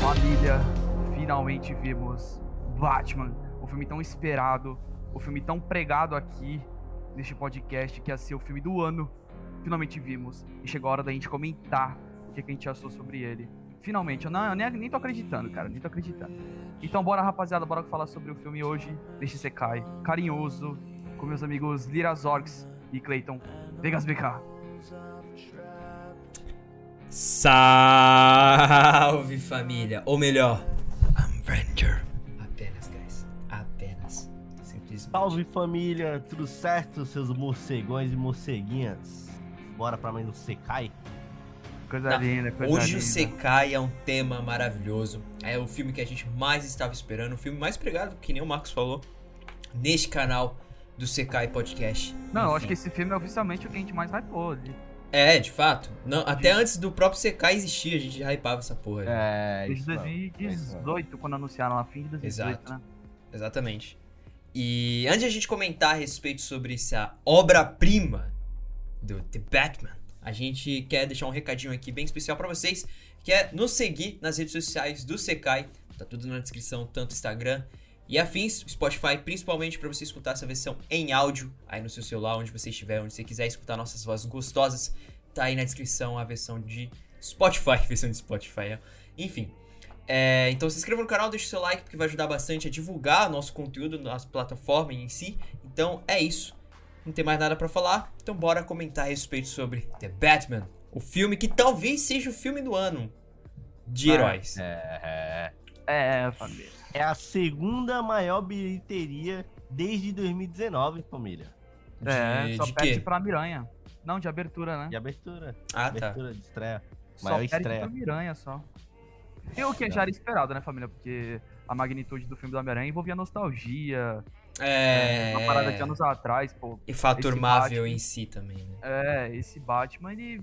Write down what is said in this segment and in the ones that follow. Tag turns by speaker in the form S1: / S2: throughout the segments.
S1: Família, finalmente vimos Batman, o filme tão esperado, o filme tão pregado aqui neste podcast que ia ser o filme do ano. Finalmente vimos e chegou a hora da gente comentar o que, que a gente achou sobre ele. Finalmente, eu, não, eu nem, nem tô acreditando, cara, nem tô acreditando. Então bora, rapaziada, bora falar sobre o filme hoje deste Sekai carinhoso com meus amigos Lira Zorgs e Clayton Vegas BK.
S2: Salve família! Ou melhor, I'm Ranger. Apenas, guys. Apenas. Simplesmente.
S3: Salve família, tudo certo, seus morcegões e morceguinhas? Bora pra mais um Sekai?
S1: Coisa
S2: Tá,
S1: linda, coisa
S2: Hoje o
S1: linda.
S2: Sekai é um tema maravilhoso. É o filme que a gente mais estava esperando, o filme mais pregado, que nem o Marcos falou, neste canal do Sekai Podcast.
S1: Não, eu
S2: Enfim.
S1: acho que esse filme é oficialmente o que a gente mais hypou. ele-
S2: É, de fato. Não, até antes do próprio Sekai existir, a gente hypava essa porra. né?
S3: É,
S1: Desde 2018, quando anunciaram lá, fim de 2018,
S2: Exato.
S1: né?
S2: Exatamente. E antes de a gente comentar a respeito sobre essa obra-prima do The Batman, a gente quer deixar um recadinho aqui bem especial pra vocês, que é nos seguir nas redes sociais do Sekai, tá tudo na descrição, tanto Instagram e afins, Spotify, principalmente pra você escutar essa versão em áudio aí no seu celular, onde você estiver, onde você quiser escutar nossas vozes gostosas, tá aí na descrição a versão de Spotify, versão de Spotify, ó. enfim. É, então se inscreva no canal, deixe seu like, porque vai ajudar bastante a divulgar nosso conteúdo, nossa plataforma em si. Então é isso. Não tem mais nada pra falar, então bora comentar a respeito sobre The Batman, o filme que talvez seja o filme do ano de
S1: Ah,
S2: heróis.
S3: É,
S1: É, família.
S3: é a segunda maior bilheteria desde 2019, família.
S2: De,
S1: é, só
S2: de
S1: perde
S2: quê?
S1: pra Miranha. Não, de abertura, né?
S3: De abertura.
S2: Ah, tá.
S3: abertura de estreia.
S1: Só
S3: maior
S1: perde
S3: estreia.
S1: pra Miranha, só. E o que já era esperado, né, família? Porque a magnitude do filme do Homem-Aranha envolvia nostalgia,
S2: É.
S1: uma parada de anos atrás, pô.
S2: E fator
S1: Esse
S2: Marvel
S1: Batman.
S2: em si também, né?
S1: É, esse Batman, ele,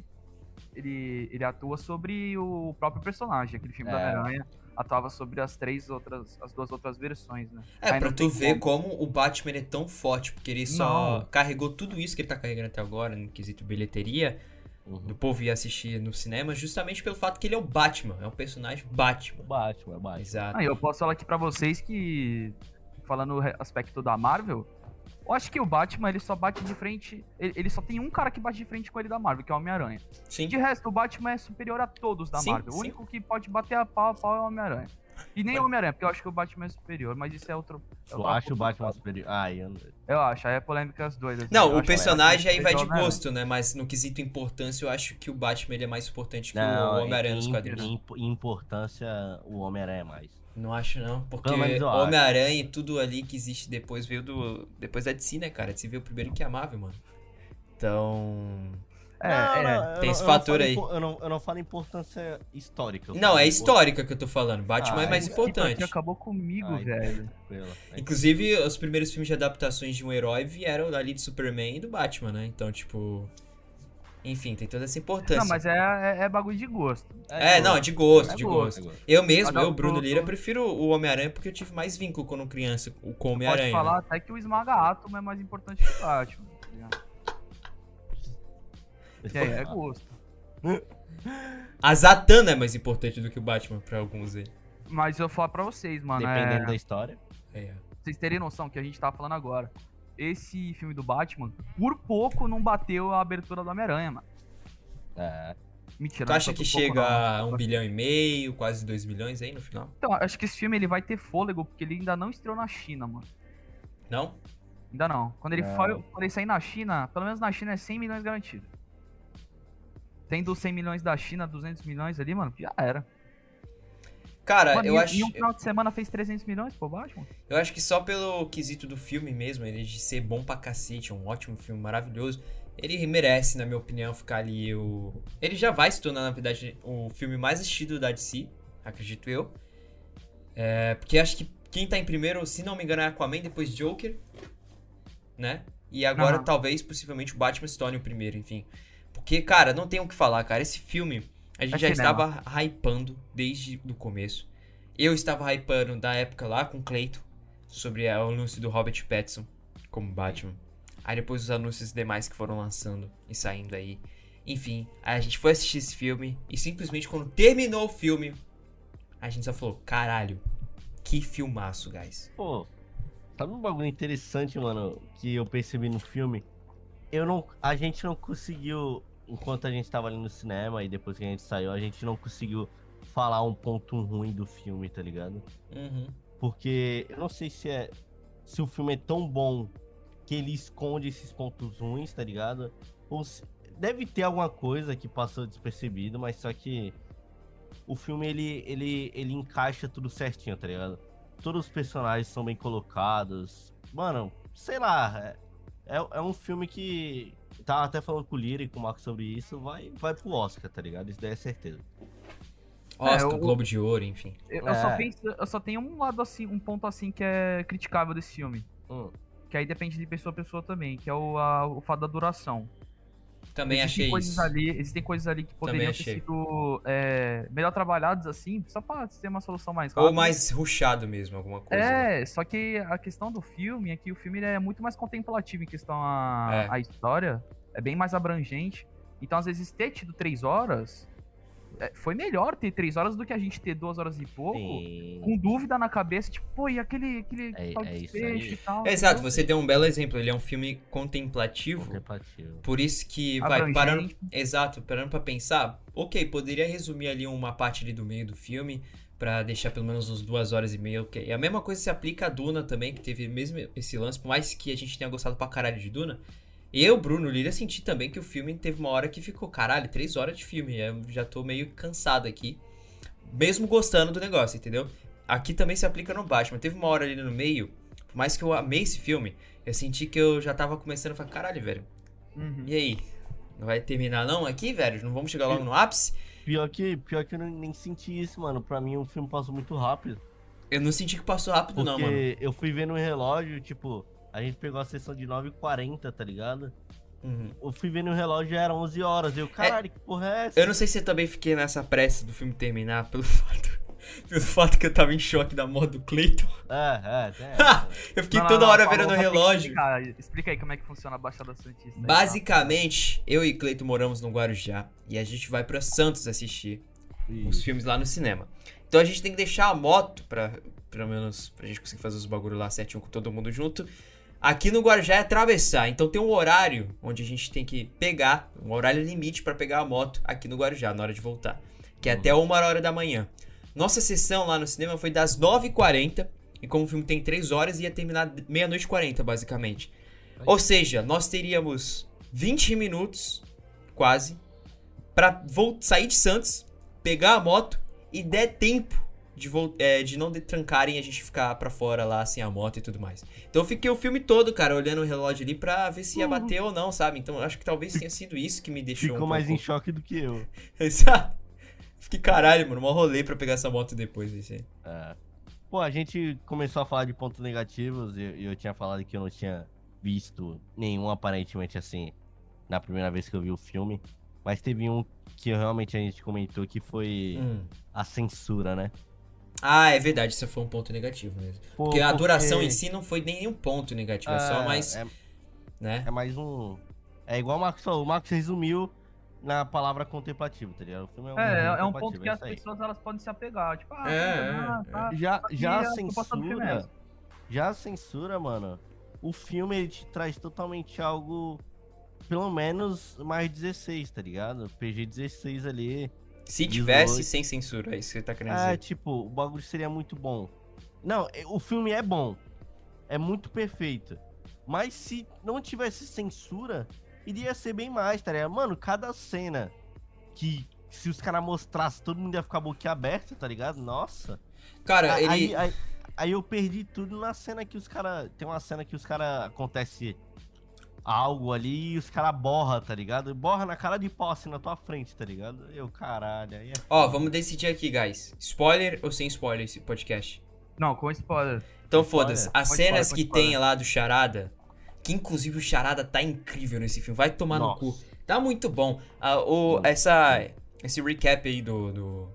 S1: ele, ele atua sobre o próprio personagem. Aquele filme do
S3: É.
S1: Homem-Aranha atuava sobre as três outras, as duas outras versões, né?
S2: É,
S1: Aí
S2: pra
S1: não
S2: tu
S1: tem
S2: ver como o Batman é tão forte, porque ele só carregou tudo isso que ele tá carregando até agora, no quesito bilheteria, do
S3: Uhum.
S2: povo ir assistir no cinema justamente pelo fato que ele é o Batman, é um personagem Batman.
S3: É Batman, Batman.
S2: Exato.
S1: Ah, eu posso falar aqui pra vocês que, falando o re- aspecto da Marvel, eu acho que o Batman, ele só bate de frente, ele, ele só tem um cara que bate de frente com ele da Marvel, que é o Homem-Aranha.
S2: Sim.
S1: De resto, o Batman é superior a todos da
S2: Sim,
S1: Marvel.
S2: sim.
S1: O único que pode bater a pau a pau é o Homem-Aranha. E nem
S2: Olha.
S1: o Homem-Aranha, porque eu acho que o Batman é superior, mas isso é outro... é
S3: Eu
S1: outro
S3: acho o
S1: assunto,
S3: Batman
S1: sabe?
S3: superior. Ai, eu...
S1: Eu acho, aí é polêmica as doidas. Eu
S2: Não, o
S1: acho que é
S2: personagem
S1: Batman
S2: aí vai
S1: superior
S2: de
S1: ao Homem-Aranha.
S2: gosto, né? Mas no quesito importância, eu acho que o Batman ele é mais importante que o
S1: é
S3: Não,
S2: Homem-Aranha
S3: em-
S2: nos quadrinhos.
S3: Em em importância, o Homem-Aranha é mais.
S2: Não acho, não. Porque
S3: Pelo menos eu acho.
S2: Homem-Aranha e tudo ali que existe depois veio do. Depois da DC, né, cara? DC veio primeiro que a Marvel, mano. Então.
S1: É, é,
S3: eu
S2: tem esse
S3: eu não
S2: fator
S3: falo
S2: aí.
S3: impo- Eu não, eu não falo importância histórica. eu
S2: Não,
S3: falo
S2: é
S3: impor-
S2: histórica que eu tô falando. Batman
S3: Ah,
S2: é mais
S3: isso
S2: importante.
S1: Você acabou comigo,
S3: Ah,
S1: velho.
S3: tranquilo. é
S2: Inclusive, os primeiros filmes de adaptações de um herói vieram ali do Superman e do Batman, né? Então, tipo. Enfim, tem toda essa importância.
S1: Não, mas é, é- é bagulho de gosto.
S2: É, não, de gosto,
S1: É
S2: de
S1: gosto.
S2: gosto.
S3: Agora.
S2: Eu mesmo,
S1: Cada
S2: eu,
S1: um
S2: Bruno
S1: pro-
S2: Lira, prefiro o Homem-Aranha porque eu tive mais vínculo quando criança com o
S1: Pode
S2: Homem-Aranha.
S1: falar
S2: né?
S1: até que o Esmaga Átomo é mais importante que o Batman. tá ligado? Que aí é gosto.
S2: A Zatanna é mais importante do que o Batman pra alguns aí.
S1: Mas eu vou falar pra vocês, mano. é,
S3: Dependendo da história.
S2: É.
S1: vocês terem noção que a gente tá falando agora. Esse filme do Batman, por pouco não bateu a abertura do Homem-Aranha, mano.
S3: É.
S1: Mentira.
S2: Tu
S1: não foi
S2: acha que
S1: por pouco,
S2: chega a
S1: não.
S2: um bilhão e meio, quase dois milhões aí no final?
S1: Então, acho que esse filme ele vai ter fôlego, porque ele ainda não estreou na China, mano.
S2: Não?
S1: Ainda não. Quando ele,
S3: Não.
S1: for, quando ele sair na China, pelo menos na China é 100 milhões garantido. Tendo 100 milhões da China, 200 milhões ali, mano, já era.
S2: Cara,
S1: Mano,
S2: É, eu
S1: e,
S2: acho.
S1: e um final de semana fez 300 milhões, pô, Batman?
S2: Eu acho que só pelo quesito do filme mesmo, ele de ser bom pra cacete, um ótimo filme maravilhoso, ele merece, na minha opinião, ficar ali o. Ele já vai se tornar, na verdade, o filme mais assistido da DC, acredito eu. É, porque acho que quem tá em primeiro, se não me engano, é Aquaman, depois Joker, né? E agora,
S1: Aham.
S2: talvez, possivelmente, o Batman se torne o primeiro, enfim. Porque, cara, não tem o que falar, cara. Esse filme, a gente
S1: É
S2: já
S1: cinema.
S2: estava hypando desde o começo. Eu estava hypando da época lá com o Clayton sobre a- o lance do Robert Pattinson como Batman. Aí depois os anúncios demais que foram lançando e saindo aí. Enfim, aí a gente foi assistir esse filme e simplesmente quando terminou o filme, a gente só falou: caralho, que filmaço, guys.
S3: Pô, sabe um bagulho interessante, mano, que eu percebi no filme? Eu não. A gente não conseguiu. Enquanto a gente tava ali no cinema e depois que a gente saiu, a gente não conseguiu falar um ponto ruim do filme, tá ligado?
S2: Uhum.
S3: Porque eu não sei se é. Se o filme é tão bom que ele esconde esses pontos ruins, tá ligado? Ou se- deve ter alguma coisa que passou despercebido, mas só que o filme ele, ele, ele encaixa tudo certinho, tá ligado? Todos os personagens são bem colocados. Mano, sei lá. É, é, é um filme que. Tava até falando com o Lira e com o Marco sobre isso. Vai, vai pro Oscar, tá ligado? Isso daí é certeza.
S2: Oscar,
S1: É, o-
S2: Globo de Ouro, enfim.
S1: Eu, eu só
S3: É.
S1: penso, eu só tenho um lado assim, um ponto assim que é criticável desse filme.
S3: Hum.
S1: Que aí depende de pessoa a pessoa também, que é o, a- o fato da duração.
S2: Também
S1: existem
S2: achei
S1: coisas
S2: isso.
S1: ali, existem coisas ali que poderiam ter
S2: achei.
S1: sido é, melhor trabalhadas assim, só pra ter uma solução mais
S2: Ou
S1: rápida.
S2: mais ruchado mesmo, alguma coisa. né?
S1: É, só que a questão do filme é que o filme ele é muito mais contemplativo em questão à
S2: É.
S1: à história, é bem mais abrangente. Então, às vezes, ter tido três horas é, foi melhor ter três horas do que a gente ter duas horas e pouco.
S3: Sim.
S1: Com dúvida na cabeça, tipo, pô, e aquele, aquele
S3: É-
S1: tal
S3: é isso
S1: desfecho
S3: aí.
S1: e tal.
S2: Exato,
S1: entendeu?
S2: você deu um belo exemplo. Ele é um filme contemplativo.
S3: Contemplativo.
S2: Por isso que, vai,
S1: Abrangente.
S2: parando. Exato, parando pra pensar, ok, poderia resumir ali uma parte ali do meio do filme, pra deixar pelo menos uns duas horas e meia, ok. E a mesma coisa se aplica a Duna também, que teve mesmo esse lance, por mais que a gente tenha gostado pra caralho de Duna. Eu, Bruno Lira, senti também que o filme teve uma hora que ficou, caralho, três horas de filme, eu já tô meio cansado aqui. Mesmo gostando do negócio, entendeu? Aqui também se aplica no Batman. Teve uma hora ali no meio, por mais que eu amei esse filme, eu senti que eu já tava começando a falar, caralho, velho.
S1: Uhum.
S2: E aí? Não vai terminar não aqui, velho? Não vamos chegar logo no ápice?
S3: Pior que, pior que eu nem- nem senti isso, mano. Pra mim, o filme passou muito rápido.
S2: Eu não senti que passou rápido
S3: Porque
S2: não, mano.
S3: eu fui vendo o relógio, tipo, a gente pegou a sessão de 9h40, tá ligado?
S2: Uhum.
S3: Eu fui vendo o relógio já era 11 horas. Eu, caralho, que porra é essa?
S2: Eu não sei se eu também fiquei nessa pressa do filme terminar pelo fato... Pelo fato que eu tava em choque da morte do Clayton.
S3: É, é, é.
S2: Eu fiquei
S1: Não, não,
S2: toda
S1: não,
S2: hora
S1: falou,
S2: vendo o
S1: mas tem que
S2: relógio.
S1: explicar. Explica aí como é que funciona a Baixada Santista. aí, tá?
S2: Basicamente, eu e Cleiton moramos no Guarujá e a gente vai pra Santos assistir os filmes lá no cinema. Então a gente tem que deixar a moto pra, pelo menos, pra gente conseguir fazer os bagulho lá certinho com todo mundo junto. Aqui no Guarujá é atravessar, então tem um horário onde a gente tem que pegar, um horário limite pra pegar a moto aqui no Guarujá na hora de voltar, que é até uma hora da manhã. Nossa sessão lá no cinema foi das 9h40, e como o filme tem 3 horas, ia terminar meia-noite e 40, basicamente. Ou seja, nós teríamos 20 minutos, quase, pra vol- sair de Santos, pegar a moto e der tempo de, vol- é, de não de- trancarem e a gente ficar pra fora lá sem a moto e tudo mais. Então eu fiquei o filme todo, cara, olhando o relógio ali pra ver se ia bater ou não, sabe? Então eu acho que talvez tenha sido isso que me deixou.
S3: Ficou
S2: um
S3: mais em
S2: pouco...
S3: choque do que eu.
S2: Exato. Fiquei caralho, mano, mó rolê pra pegar essa moto depois. Assim.
S3: É. Pô, a gente começou a falar de pontos negativos e e eu tinha falado que eu não tinha visto nenhum, aparentemente, assim, na primeira vez que eu vi o filme. Mas teve um que realmente a gente comentou que foi
S2: Hum.
S3: a censura, né?
S2: Ah, é verdade, isso foi um ponto negativo mesmo.
S3: Pô,
S2: Porque a duração em si não foi nenhum ponto negativo, é só
S3: Ah,
S2: mais,
S3: é
S2: né?
S3: É mais um. É igual o Marcos falou. O Marcos resumiu na palavra contemplativo, tá ligado? O filme é um,
S1: É, é um
S3: contemplativo,
S1: ponto que
S3: é
S1: as
S3: isso aí.
S1: pessoas elas podem se apegar. Tipo, ah,
S2: É,
S1: tá,
S2: é,
S1: tá,
S3: Já, já a
S1: a proposta do filme é
S3: censura.
S1: essa.
S3: Já a censura, mano. O filme ele te traz totalmente algo. Pelo menos mais 16, tá ligado? PG-16 ali.
S2: Se tivesse,
S3: 18.
S2: sem censura, é isso que você tá querendo
S3: É,
S2: dizer.
S3: tipo, o bagulho seria muito bom. Não, é- o filme é bom. É muito perfeito. Mas se não tivesse censura, iria ser bem mais, tá ligado? Mano, cada cena que se os caras mostrassem, todo mundo ia ficar boquiaberto, tá ligado? Nossa.
S2: Cara,
S3: A-
S2: ele.
S3: Aí, aí, aí eu perdi tudo na cena que os caras. Tem uma cena que os caras acontece algo ali e os caras borra, tá ligado? Borra na cara de pau, assim, na tua frente, tá ligado? Eu, caralho, aí é
S2: Ó, vamos decidir aqui, guys. Spoiler ou sem spoiler esse podcast?
S1: Não, com spoiler.
S2: Então
S3: Spoiler.
S2: foda-se. As
S1: Com
S2: cenas
S1: spoiler, com
S2: que
S1: spoiler.
S2: tem lá do Charada, que inclusive o Charada tá incrível nesse filme, vai tomar no cu. Tá muito bom. Ah, o,
S3: Nossa.
S2: essa, esse recap aí do, do,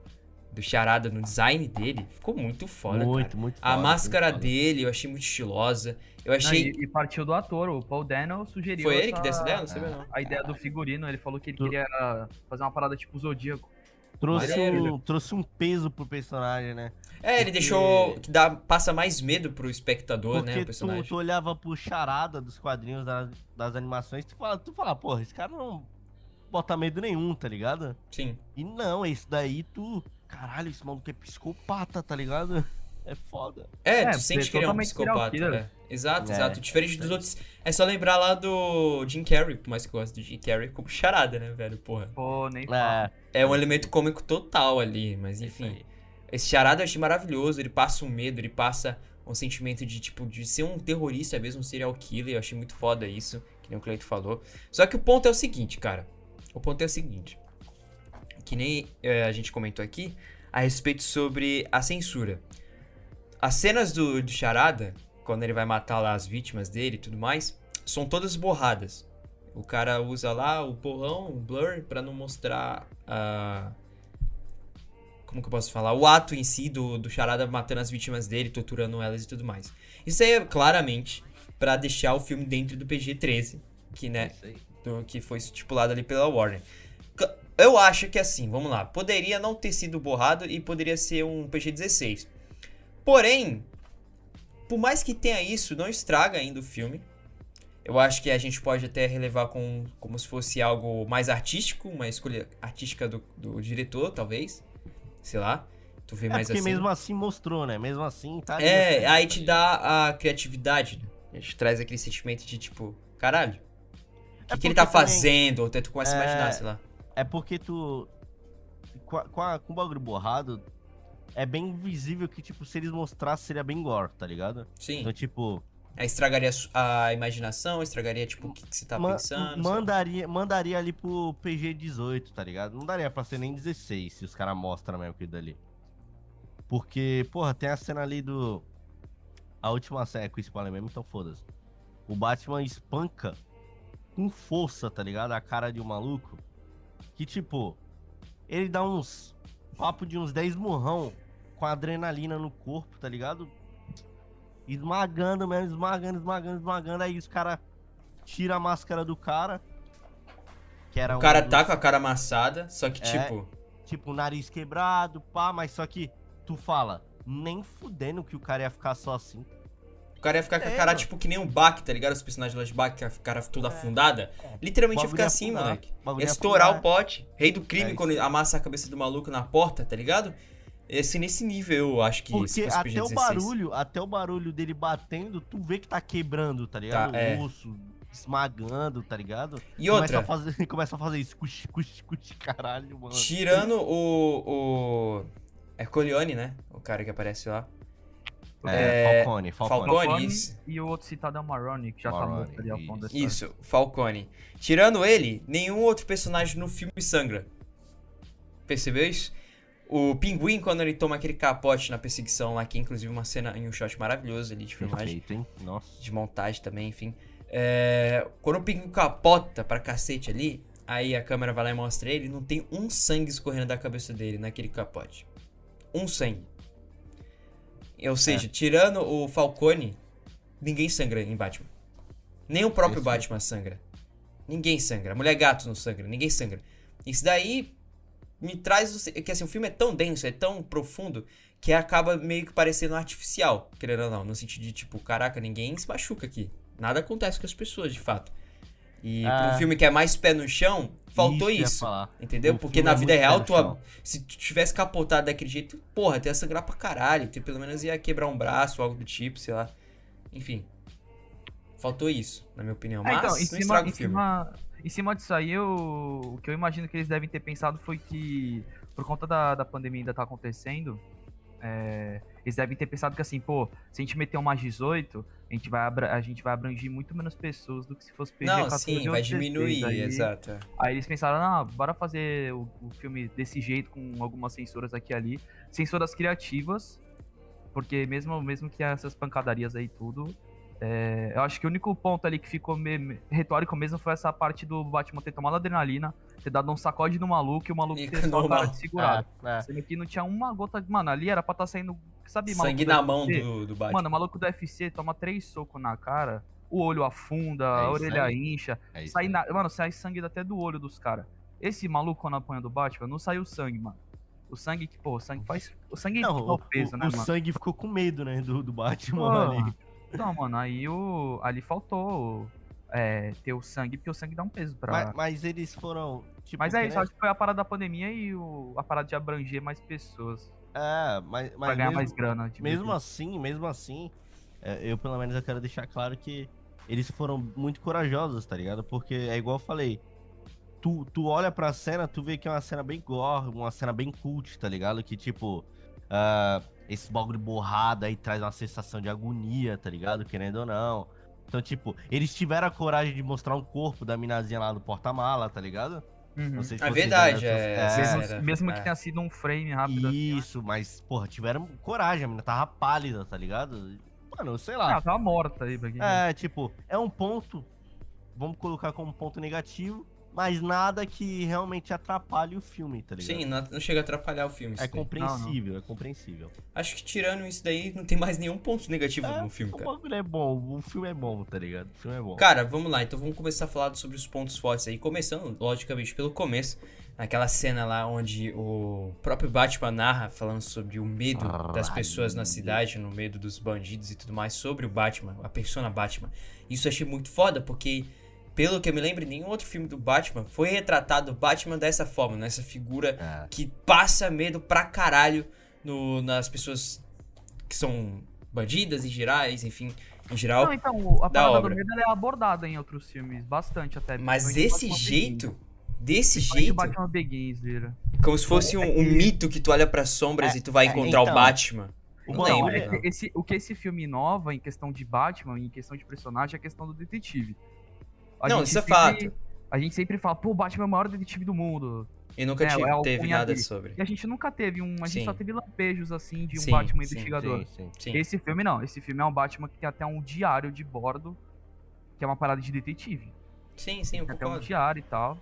S2: do Charada no design dele, ficou muito foda,
S3: muito,
S2: cara.
S3: muito
S2: A
S3: foda,
S2: máscara
S3: muito foda.
S2: dele eu achei muito estilosa. Eu achei.
S1: e, e partiu do ator, o Paul Dano sugeriu.
S2: Foi
S3: tá-
S2: ele que deu
S1: essa-
S2: essa ideia? Não
S3: é.
S2: sabia, não.
S1: A ideia do figurino, ele falou que ele
S3: Tu-
S1: queria fazer uma parada tipo Zodíaco.
S3: Trouxe
S2: é Maneiro.
S3: um, trouxe um peso pro personagem, né?
S2: É, ele
S3: Porque-
S2: deixou. que dá, passa mais medo pro espectador, né?
S3: Porque
S2: O personagem.
S3: tu, tu olhava pro charada dos quadrinhos das, das animações, tu fala, tu fala, porra, esse cara não bota medo nenhum, tá ligado?
S2: Sim.
S3: E não, esse daí tu. Caralho, esse maluco é psicopata, tá ligado? É foda.
S2: É,
S1: É,
S2: tu sente
S1: é
S2: que ele é um
S1: totalmente serial
S2: psicopata,
S1: killer.
S2: né? Exato,
S3: É,
S2: exato. Diferente dos
S3: é.
S2: outros. É só lembrar lá do Jim Carrey, por mais que eu goste do Jim Carrey, como charada, né, velho? Porra.
S1: Pô, nem fala.
S3: É,
S2: É um elemento cômico total ali, mas enfim. Esse charada eu achei maravilhoso, ele passa um medo, ele passa um sentimento de, tipo, de ser um terrorista mesmo, um serial killer, eu achei muito foda isso, que nem o Cleito falou. Só que o ponto é o seguinte, cara. O ponto é o seguinte. Que nem eh, a gente comentou aqui, a respeito sobre a censura. As cenas do, do charada, quando ele vai matar lá as vítimas dele e tudo mais, são todas borradas. O cara usa lá o borrão, o blur, pra não mostrar a como que eu posso falar, o ato em si do, do Charada matando as vítimas dele, torturando elas e tudo mais. Isso aí é claramente pra deixar o filme dentro do PG-13, que né,
S3: Isso aí.
S2: do que foi estipulado ali pela Warner. C- Eu acho que assim, vamos lá, poderia não ter sido borrado e poderia ser um PG-16. Porém, por mais que tenha isso, não estraga ainda o filme. Eu acho que a gente pode até relevar com, como se fosse algo mais artístico, uma escolha artística do, do diretor, talvez. Sei lá. Tu vê
S3: É
S2: mais
S3: porque
S2: assim.
S3: mesmo assim mostrou, né? Mesmo assim, tá. ali,
S2: É,
S3: né?
S2: aí te dá a criatividade, né? A gente traz aquele sentimento de tipo, caralho, o que,
S3: É
S2: que ele tá
S3: porque também-
S2: fazendo? Ou até tu começa a imaginar,
S3: É.
S2: sei lá.
S3: É porque tu. Com, a- com, a- com o bagulho borrado, é bem visível que, tipo, se eles mostrassem, seria bem gore, tá ligado?
S2: Sim.
S3: Então, tipo,
S2: Aí estragaria a su- a imaginação, estragaria, tipo, o que, que você tá
S3: ma-
S2: pensando.
S3: mandaria, mandaria ali pro PG-18, tá ligado? Não daria pra ser nem 16 se os caras mostram mesmo aquilo dali. Porque, porra, tem a cena ali do. A última cena é com spoiler mesmo, então foda-se. O Batman espanca com força, tá ligado? A cara de um maluco. Que tipo, ele dá uns. Papo de uns 10 murrão com adrenalina no corpo, tá ligado? Esmagando mesmo, esmagando, esmagando, esmagando. Aí os caras tiram a máscara do cara. Que era
S2: O cara
S3: um
S2: tá
S3: dos-
S2: com a cara amassada, só que,
S3: É.
S2: tipo,
S3: tipo, nariz quebrado, pá, mas só que tu fala, nem fudendo que o cara ia ficar só assim.
S2: o cara ia ficar com a
S3: É,
S2: cara,
S3: mano.
S2: tipo, que nem um Bach, tá ligado? Os personagens lá de Bach, que a cara toda afundada.
S3: É.
S2: Literalmente ia
S3: Bagulho
S2: ficar
S3: ia
S2: assim,
S3: afundar,
S2: moleque.
S3: bagulho
S2: Ia
S3: ia
S2: estourar um o
S3: afundar.
S2: pote. Rei do crime,
S3: É isso
S2: quando
S3: aí.
S2: amassa a cabeça do maluco na porta, tá ligado? Esse, nesse nível, eu acho que se
S3: Porque
S2: fosse
S3: até o
S2: PG-16.
S3: barulho, até o barulho dele batendo, tu vê que tá quebrando, tá ligado?
S2: é.
S3: o osso esmagando, tá ligado?
S2: E outra,
S3: Começa a fazer, começa a fazer isso, cuxi, cuxi, cuxi, caralho, mano.
S2: Tirando o, o. É Corleone, né? O cara que aparece lá.
S3: É, Falcone, Falcone.
S2: Falcone. isso.
S1: e o outro citado é o Maroni, que já tá
S3: Maroni,
S1: morto ali ao fundo da história.
S2: Isso, Falcone. Tirando ele, nenhum outro personagem no filme sangra. Percebeu isso? O Pinguim, quando ele toma aquele capote na perseguição lá, que é inclusive uma cena em um shot maravilhoso ali de filmagem,
S3: Perfeito, hein? Nossa.
S2: de montagem também, enfim. É, Quando o Pinguim capota pra cacete ali, aí a câmera vai lá e mostra ele, não tem um sangue escorrendo da cabeça dele naquele capote. Um sangue. Ou seja, tirando o Falcone, ninguém sangra em Batman. Nem o próprio
S3: Isso.
S2: Batman sangra. Ninguém sangra. A Mulher gato não sangra, ninguém sangra. Isso daí me traz. o se- Que assim, o filme é tão denso, é tão profundo, que acaba meio que parecendo artificial, querendo ou não. No sentido de, tipo, caraca, ninguém se machuca aqui. Nada acontece com as pessoas, de fato. E pra um
S3: Ah.
S2: filme que é mais pé no chão, faltou
S3: que eu ia
S2: isso.
S3: falar.
S2: Entendeu?
S3: O
S2: Porque
S3: filme
S2: na
S3: é
S2: vida
S3: muito pé
S2: real,
S3: no
S2: tu, a-
S3: chão.
S2: se tu tivesse capotado daquele jeito, porra, tu ia sangrar pra caralho. Tu pelo menos ia quebrar um braço, algo do tipo, sei lá. Enfim. Faltou isso, na minha opinião.
S1: É,
S2: Mas
S3: Ah,
S1: então, em
S2: não
S1: cima,
S2: estraga
S1: em,
S2: o filme.
S1: cima, em cima disso aí, eu- o que eu imagino que eles devem ter pensado foi que, por conta da, da pandemia ainda tá acontecendo, é, eles devem ter pensado que assim, pô, se a gente meter um mais 18, a gente vai, abra- a gente vai abranger muito menos pessoas do que se fosse PG
S2: Não,
S1: 14
S2: sim,
S1: ou
S2: vai
S1: 16,
S2: diminuir,
S1: aí-
S2: exato. é.
S1: Aí eles pensaram, ah, bora fazer o, o filme desse jeito, com algumas censuras aqui e ali. Censuras criativas, porque mesmo, mesmo que essas pancadarias aí e tudo, É, eu acho que o único ponto ali que ficou me- retórico mesmo foi essa parte do Batman ter tomado adrenalina, ter dado um sacode no maluco e o maluco
S2: E
S1: ter só a
S2: normal.
S1: cara de segurado.
S2: tá.
S3: Ah, ah.
S1: Sendo que não tinha uma gota de. Mano, ali era pra estar tá saindo. Sabe, maluco?
S2: Sangue
S1: do
S2: na mão
S1: UFC?
S2: do, do Batman.
S1: Mano, o maluco do UFC toma três socos na cara, o olho afunda,
S3: É
S1: a
S3: isso
S1: orelha
S3: aí.
S1: incha.
S3: É isso
S1: Sai
S3: aí.
S1: na- Mano, sai sangue até do olho dos caras. Esse maluco, quando apanha do Batman, não saiu sangue, mano. O sangue que, pô, o sangue faz. O sangue
S3: Não,
S1: é
S3: o,
S1: o peso,
S3: o-
S1: né,
S3: o
S1: mano?
S3: sangue ficou com medo, né? Do, do Batman
S1: Ah.
S3: ali.
S1: Então, mano, aí o. Ali faltou é, ter o sangue, porque o sangue dá um peso pra.
S3: Mas,
S1: Mas,
S3: mas eles foram. Tipo,
S1: é
S3: que
S1: isso,
S3: nem-
S1: acho que foi a parada da pandemia e o- a parada de abranger mais pessoas.
S3: É, mas, mas
S1: pra ganhar
S3: mesmo,
S1: mais grana. tipo, de
S3: mesmo
S1: bebida.
S3: assim, mesmo assim, é, eu pelo menos eu quero deixar claro que eles foram muito corajosos, tá ligado? Porque é igual eu falei, tu, tu olha pra cena, tu vê que é uma cena bem gore, uma cena bem cult, tá ligado? Que tipo, ah, esse bagulho borrado aí traz uma sensação de agonia, tá ligado? Querendo ou não. Então, tipo, eles tiveram a coragem de mostrar um corpo da minazinha lá no porta-mala, tá ligado?
S1: Uhum.
S3: Não sei
S2: É
S3: vocês
S2: verdade,
S3: olharam
S2: é,
S3: essas-
S2: essa
S1: Mesmo,
S2: era-
S1: mesmo que
S2: é.
S1: tenha sido um frame rápido. assim,
S3: isso, mas, porra, tiveram coragem, a menina tava pálida, tá ligado? Mano, sei
S1: Ah,
S3: lá.
S1: tava morta aí, pra quem-
S3: é, tipo, é um ponto, vamos colocar como ponto negativo, mas nada que realmente atrapalhe o filme, tá ligado?
S2: Sim, não, não chega a atrapalhar o filme.
S3: É
S2: isso daí.
S3: compreensível, é compreensível.
S2: Acho que tirando isso daí, não tem mais nenhum ponto negativo
S3: É,
S2: no filme,
S3: o
S2: cara.
S3: bagulho é bom, o filme é bom, tá ligado? O filme é bom.
S2: Cara, vamos lá, então vamos começar a falar sobre os pontos fortes aí. Começando, logicamente, pelo começo, naquela cena lá onde o próprio Batman narra, falando sobre o medo das pessoas na cidade, no medo dos bandidos e tudo mais, sobre o Batman, a persona Batman. Isso eu achei muito foda, porque, pelo que eu me lembro, em nenhum outro filme do Batman foi retratado o Batman dessa forma, nessa figura
S3: É,
S2: que passa medo pra caralho no- nas pessoas que são bandidas em gerais, enfim, em geral.
S1: Não, então, o- a
S2: da
S1: parada
S2: obra.
S1: do medo ela é abordada em outros filmes, bastante até.
S2: Mas
S1: principalmente
S2: desse
S1: Batman
S2: jeito,
S1: Begins.
S2: desse
S1: Principalmente
S2: jeito,
S1: Batman Begins, vira.
S2: como se fosse um, um mito que tu olha pras sombras e tu vai
S3: é,
S2: encontrar
S3: então.
S2: o Batman.
S3: o
S2: Não
S1: Não,
S3: bagulho
S2: lembro,
S1: é-
S2: não.
S1: esse- o que esse filme inova em questão de Batman, em questão de personagem, é a questão do detetive. A
S2: Não,
S1: gente
S2: isso é
S1: sempre-
S2: fato.
S1: A gente sempre fala, pô, o Batman é o maior detetive do mundo.
S2: E nunca
S1: É,
S2: tive-
S1: é algo
S2: teve
S1: ruim
S2: nada
S1: ali.
S2: sobre.
S1: E a gente nunca teve um. A gente
S2: Sim.
S1: só teve lampejos assim de um
S2: Sim,
S1: Batman
S2: sim,
S1: investigador.
S3: Sim, sim.
S2: Sim.
S1: Esse filme não. Esse filme é um Batman que tem até um diário de bordo, que é uma parada de detetive.
S2: Sim, sim, eu
S1: Tem até um
S2: concordo.
S1: diário e tal.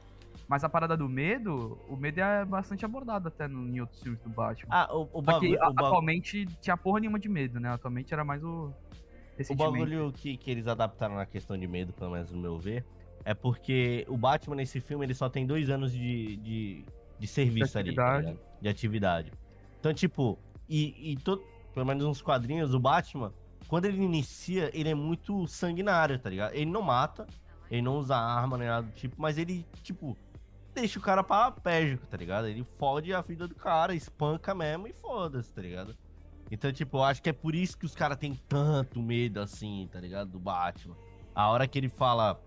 S1: Mas a parada do medo, o medo é bastante abordado até no, em outros filmes do Batman.
S3: Ah, o, o
S1: Só que
S3: bagulho.
S1: a-
S3: o bagulho-
S1: atualmente tinha porra nenhuma de medo, né? Atualmente era mais o.
S3: O
S1: ressentimento.
S3: bagulho que, que eles adaptaram na questão de medo, pelo menos no meu ver, é porque o Batman nesse filme ele só tem dois anos de, de, de serviço ali, tá
S1: atividade.
S3: ligado? de atividade. Então, tipo, e, e to- pelo menos nos quadrinhos, o Batman, quando ele inicia, ele é muito sanguinário, tá ligado? Ele não mata, ele não usa arma nem nada do tipo, mas ele, tipo, deixa o cara paraplégico, tá ligado? Ele fode a vida do cara, espanca mesmo e foda-se, tá ligado? Então, tipo, eu acho que é por isso que os caras têm tanto medo assim, tá ligado? Do Batman. A hora que ele fala,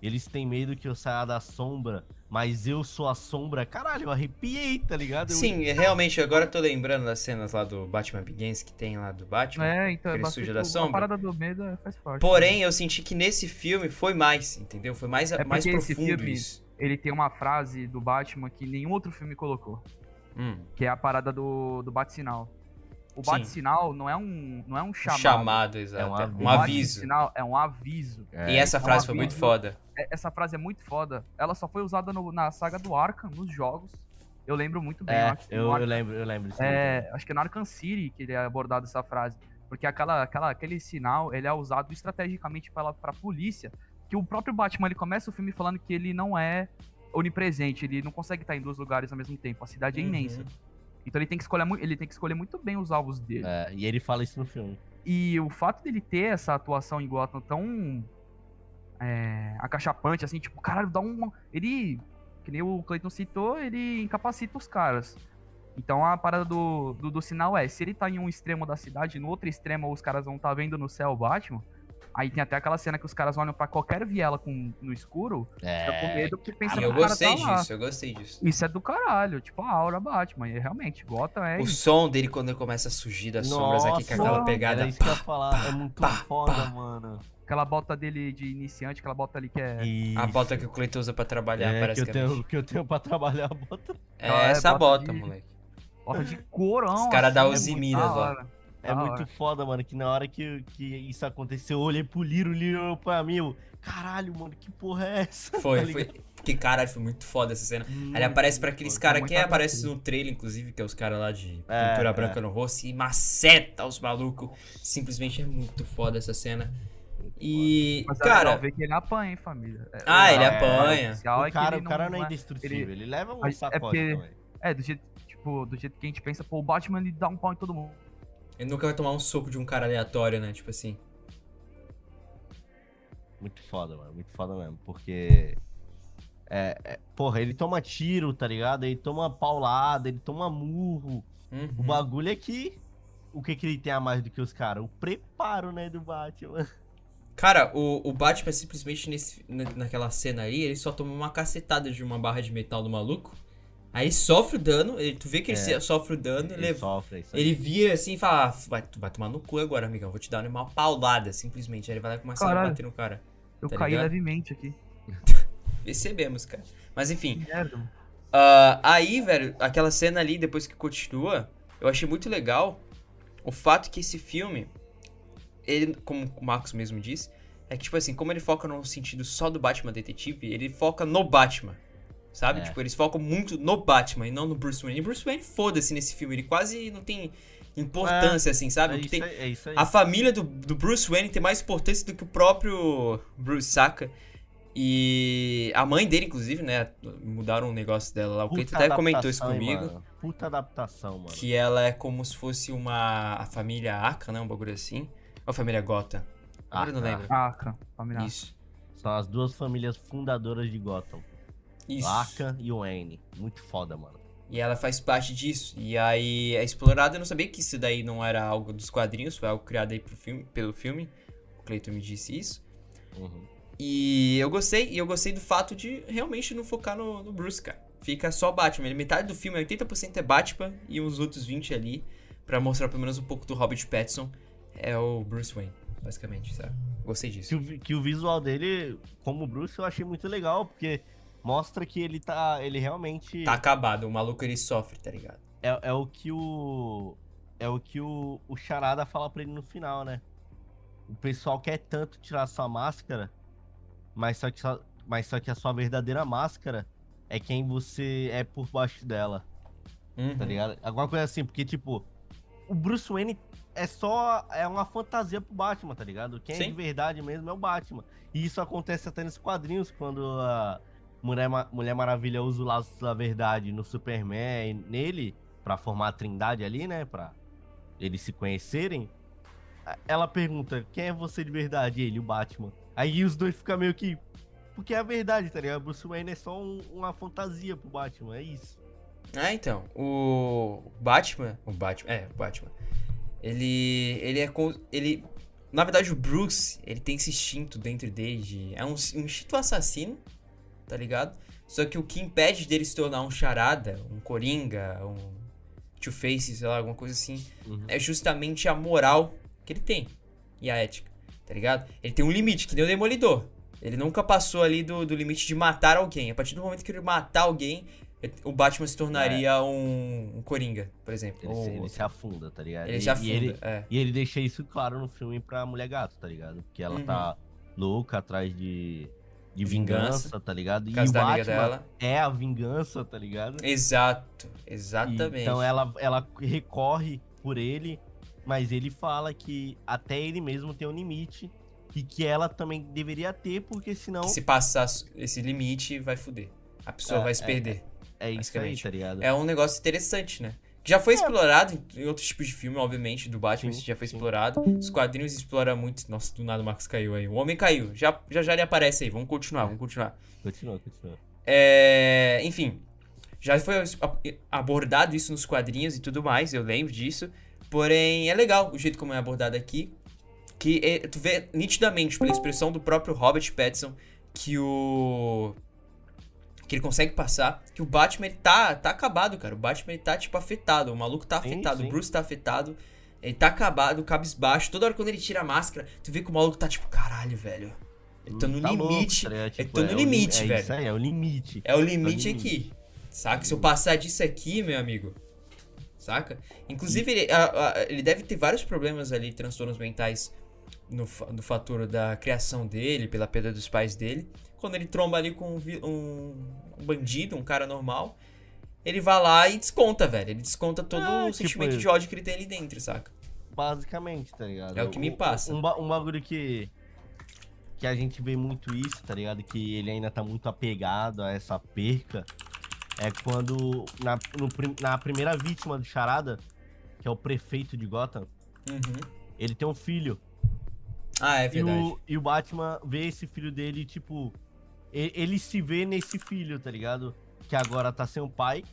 S3: eles têm medo que eu saia da sombra, mas eu sou a sombra, caralho, eu arrepiei, tá ligado? Eu-
S2: Sim, é, realmente, agora eu tô lembrando das cenas lá do Batman Begins que tem lá do Batman.
S1: É, então é
S2: Aquele
S1: bastante.
S2: sujo da
S1: A
S2: sombra.
S1: parada do medo é- faz parte.
S2: Porém, eu senti que nesse filme foi mais, entendeu? Foi mais,
S1: É
S2: mais
S1: porque esse
S2: profundo
S1: filme-
S2: isso.
S1: Ele tem uma frase do Batman que nenhum outro filme colocou.
S2: Hum,
S1: Que é a parada do, do bate-sinal. O
S2: Sim.
S1: bate-sinal não é um. não é um
S2: chamado,
S1: chamado.
S2: exato.
S3: um
S2: é,
S3: aviso.
S2: Um
S1: O
S2: aviso.
S1: bate-sinal é um aviso.
S3: É,
S2: E essa
S1: um
S2: frase foi muito
S1: aviso.
S2: foda.
S1: É- Essa frase é muito foda. Ela só foi usada no- na saga do Arkham, nos jogos. Eu lembro muito bem.
S3: é,
S1: acho que no
S3: eu, eu
S1: Arkham-
S3: lembro, eu lembro. disso aí.
S1: É, acho que é no Arkham City que ele é abordado essa frase. Porque aquela, aquela- aquele sinal, ele é usado estrategicamente pela, pra polícia, que o próprio Batman, ele começa o filme falando que ele não é onipresente, ele não consegue estar em dois lugares ao mesmo tempo, a cidade é
S2: Uhum.
S1: imensa. Então ele tem, que escolher, mu- ele tem que escolher muito bem os alvos dele.
S3: É, e ele fala isso no filme.
S1: E o fato dele ter essa atuação em Gotham tão é, acachapante, assim, tipo, caralho, dá um. Ele, que nem o Clayton citou, ele incapacita os caras. Então a parada do, do, do sinal é: se ele tá em um extremo da cidade, no outro extremo os caras vão tá vendo no céu o Batman. Aí tem até aquela cena que os caras olham pra qualquer viela com, no escuro, fica com
S3: É,
S1: medo porque pensa
S2: E
S1: que
S2: eu
S1: o cara
S2: gostei
S1: tá lá.
S2: disso, eu gostei disso.
S1: Isso é do caralho, tipo a aura Batman. E realmente, Gotham é.
S2: O
S1: isso.
S2: som dele quando ele começa a surgir das sombras aqui, com
S3: Nossa,
S2: aquela
S1: mano,
S2: pegada.
S3: Era isso que eu ia falar, é muito
S2: pá,
S3: foda,
S2: pá.
S3: mano.
S1: Aquela bota dele de iniciante, aquela bota ali que é.
S2: A bota que o Cleiton usa pra trabalhar,
S3: é, que
S2: parece
S3: eu, tenho, que eu tenho pra trabalhar a bota.
S2: É
S1: um- Ah, é,
S2: essa
S1: bota
S2: bota,
S1: de-
S2: moleque.
S1: Bota de corão.
S2: Os cara
S1: assim,
S2: da
S1: é muito
S2: Usiminas,
S1: da
S2: ó.
S1: hora.
S3: É
S1: Da
S3: muito
S1: hora.
S3: foda, mano, que na hora que, que isso aconteceu, eu olhei pro Liro, o Liro olhou pra mim, eu, caralho, mano, que porra é essa? Tá
S2: Foi, foi.
S3: ligado?
S2: Que caralho, foi muito foda essa cena. Ele
S1: Muito
S2: aparece pra aqueles
S1: foda,
S2: caras.
S1: muito
S2: Quem aparece
S1: atrativo.
S2: no trailer, inclusive, que é os caras lá de
S3: É,
S2: pintura
S3: é.
S2: branca no rosto e maceta os malucos. Simplesmente é muito foda essa cena. E,
S1: Mas é legal
S2: cara,
S1: ver que ele apanha, hein, família. É,
S2: ah, ele
S3: É,
S1: o
S2: apanha.
S1: oficial é
S3: O
S1: que
S3: cara,
S1: ele
S3: o cara não,
S1: não
S3: é indestrutível, ele, leva um
S1: Mas é
S3: sacode
S1: porque-
S3: também.
S1: É, do jeito, tipo, do jeito que a gente pensa, pô, o Batman ele dá um pau em todo mundo.
S2: Ele nunca vai tomar um soco de um cara aleatório, né? Tipo assim.
S3: Muito foda, mano, muito foda mesmo, porque... É, é- porra, ele toma tiro, tá ligado? Ele toma paulada, ele toma murro.
S2: Uhum.
S3: O bagulho é que... O que que ele tem a mais do que os caras? O preparo, né, do Batman.
S2: Cara, o, o Batman é simplesmente nesse, na- naquela cena ali, ele só toma uma cacetada de uma barra de metal do maluco. Aí sofre o dano, ele- tu vê que ele
S3: É.
S2: se- sofre o dano, ele,
S3: sofre, é isso aí.
S2: ele vira assim e fala, "Ah, vai, tu vai tomar no cu agora, amigão, vou te dar uma paulada, simplesmente. Aí ele vai lá e começa a
S1: Caralho.
S2: bater no cara.
S1: Eu
S2: Tá
S1: caí
S2: ligado?
S1: levemente aqui.
S2: Percebemos, cara. Mas enfim,
S1: Que merda, mano.
S2: Ah, aí, velho, aquela cena ali, depois que continua, eu achei muito legal o fato que esse filme, ele, como o Marcos mesmo disse, é que, tipo assim, como ele foca no sentido só do Batman detetive, ele foca no Batman, sabe?
S3: É.
S2: Tipo, eles focam muito no Batman e não no Bruce Wayne. E Bruce Wayne, foda-se nesse filme, ele quase não tem importância, assim, sabe?
S3: É
S2: O que
S3: isso
S2: tem-
S3: aí, é isso aí.
S2: a família do, do Bruce Wayne tem mais importância do que o próprio Bruce Saca. E a mãe dele, inclusive, né? Mudaram o negócio dela lá. O Cleiton até comentou isso
S3: adaptação, hein,
S2: comigo.
S3: mano? Puta adaptação, mano.
S2: que ela é como se fosse uma. A família Arca, né? Um bagulho assim. Ou a família Gotham. Agora eu não
S3: Ah,
S2: lembro.
S1: Ah, cara, família.
S2: Isso.
S3: São as duas famílias fundadoras de Gotham.
S2: Isso.
S3: Arca e Wayne. Muito foda, mano.
S2: E ela faz parte disso. E aí é explorado. Eu não sabia que isso daí não era algo dos quadrinhos, foi algo criado aí pro filme, pelo filme. O Cleiton me disse isso.
S3: Uhum.
S2: E eu gostei, e eu gostei do fato de realmente não focar no, no Bruce, cara. Fica só Batman. Ele- Metade do filme, 80% é Batman e uns outros 20 ali, pra mostrar pelo menos um pouco do Robert Pattinson, é o Bruce Wayne, basicamente, sabe? Gostei
S3: Que,
S2: disso.
S3: o, vi- que o visual dele, como o Bruce, eu achei muito legal, porque mostra que ele tá. Ele realmente.
S2: Tá acabado, o maluco ele sofre, tá ligado?
S3: É, é o que o. É o que o, o Charada fala pra ele no final, né? O pessoal quer tanto tirar sua máscara, mas só que, só- mas só que a sua verdadeira máscara é quem você é por baixo dela.
S2: Uhum.
S3: tá ligado? Alguma coisa assim, porque, tipo, o Bruce Wayne é só. É uma fantasia pro Batman, tá ligado? Quem é
S2: Sim.
S3: de verdade mesmo é o Batman. E isso acontece até nos quadrinhos, quando a Mulher, Ma- Mulher Maravilha usa o laço da verdade no Superman e nele, pra formar a trindade ali, né? Pra eles se conhecerem. A- Ela pergunta: quem é você de verdade? Ele, o Batman. Aí os dois ficam meio que. Porque é a verdade, tá ligado? Bruce Wayne é só um- uma fantasia pro Batman, é isso.
S2: Ah, então. O Batman. O Batman. É, o Batman. Ele. Ele é. com- Ele. Na verdade, o Bruce, ele tem esse instinto dentro dele. de- é um, um instinto assassino, tá ligado? Só que o que impede dele se tornar um charada, um coringa, um two-face, sei lá, alguma coisa assim, é justamente a moral que ele tem e a ética, tá ligado? Ele tem um limite, que nem o Demolidor. Ele nunca passou ali do, do limite de matar alguém. A partir do momento que ele matar alguém, ele- o Batman se tornaria um, um Coringa, por exemplo.
S3: É. Ele,
S2: ou
S3: se,
S2: um-
S3: ele se afunda, tá ligado?
S2: ele
S3: E-
S2: se afunda,
S3: E ele,
S2: é.
S3: e ele deixa isso claro no filme pra mulher gato, tá ligado? Porque ela
S2: Uhum.
S3: tá louca atrás de, de vingança,
S2: Vingança.
S3: tá ligado?
S2: Por
S3: E o
S2: causa da amiga
S3: Batman
S2: dela.
S3: é a vingança, tá ligado?
S2: Exato, exatamente.
S3: Então ela, ela recorre por ele, mas ele fala que até ele mesmo tem um limite e que ela também deveria ter, porque senão
S2: Que se passar esse limite, vai fuder. A pessoa
S3: É,
S2: vai se
S3: é,
S2: perder.
S3: é isso aí,
S2: basicamente.
S3: tá ligado?
S2: É um negócio interessante, né? Que já foi explorado em- em outros tipos de filme, obviamente, do Batman,
S3: Sim,
S2: isso já foi
S3: sim.
S2: explorado. Os quadrinhos exploram muito. Nossa, do nada o Marcos caiu aí. O homem caiu. Já já, já ele aparece aí. Vamos continuar, vamos continuar.
S3: Continua, continua.
S2: É, enfim, já foi es- a- abordado isso nos quadrinhos e tudo mais, eu lembro disso. Porém, é legal o jeito como é abordado aqui. Que é, tu vê nitidamente pela expressão do próprio Robert Pattinson que o. Que ele consegue passar, que o Batman ele tá, tá acabado, cara. O Batman ele tá, tipo, afetado. O maluco tá
S3: Sim,
S2: afetado,
S3: sim.
S2: o Bruce tá afetado. Ele tá acabado, cabisbaixo. Toda hora quando ele tira a máscara, tu vê que o maluco tá tipo, caralho, velho. Eu tô Então, no
S3: Tá louco,
S2: limite.
S3: tá ligado?
S2: tô no
S3: o li-
S2: limite,
S3: é Isso
S2: velho.
S3: aí, é o limite.
S2: É o limite
S3: É o limite.
S2: aqui. Saca? Se eu passar disso aqui, meu amigo. saca? Inclusive, ele, a- a- ele deve ter vários problemas ali, transtornos mentais no, fa- no fator da criação dele, pela perda dos pais dele. Quando ele tromba ali com um, vi- um- um bandido, um cara normal, ele vai lá e desconta, velho. Ele desconta todo
S3: Ah,
S2: o
S3: tipo
S2: sentimento
S3: isso.
S2: de ódio que ele tem ali dentro, saca?
S3: Basicamente, tá ligado?
S2: É o que me
S3: Um-
S2: passa.
S3: Um, ba- um bagulho que. Que a gente vê muito isso, tá ligado? Que ele ainda tá muito apegado a essa perca. É quando. Na, no prim- na primeira vítima do Charada, que é o prefeito de Gotham,
S2: Uhum.
S3: ele tem um filho.
S2: Ah, é
S3: E
S2: verdade.
S3: o, e o Batman vê esse filho dele, tipo. e- Ele se vê nesse filho, tá ligado? Que agora tá sem o pai.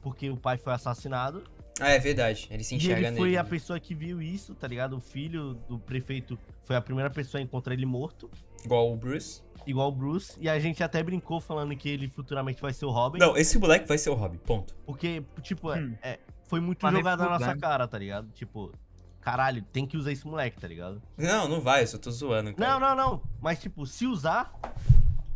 S3: Porque o pai foi assassinado.
S2: Ah, é verdade. Ele se
S3: E
S2: enxerga
S3: ele foi
S2: nele.
S3: a
S2: né?
S3: pessoa que viu isso, tá ligado? O filho do prefeito foi a primeira pessoa a encontrar ele morto,
S2: Igual o Bruce.
S3: igual o Bruce. E a gente até brincou falando que ele futuramente vai ser o Robin.
S2: Não, esse moleque vai ser o Robin, ponto.
S3: Porque, tipo, é-
S1: Hum.
S3: é, foi muito
S1: Mas nem
S3: jogado na
S1: tudo,
S3: nossa
S1: né?
S3: cara, tá ligado? Tipo, caralho, tem que usar esse moleque, tá ligado?
S2: Não, não vai, eu só tô zoando. cara.
S3: Não, não, não. Mas, tipo, se usar,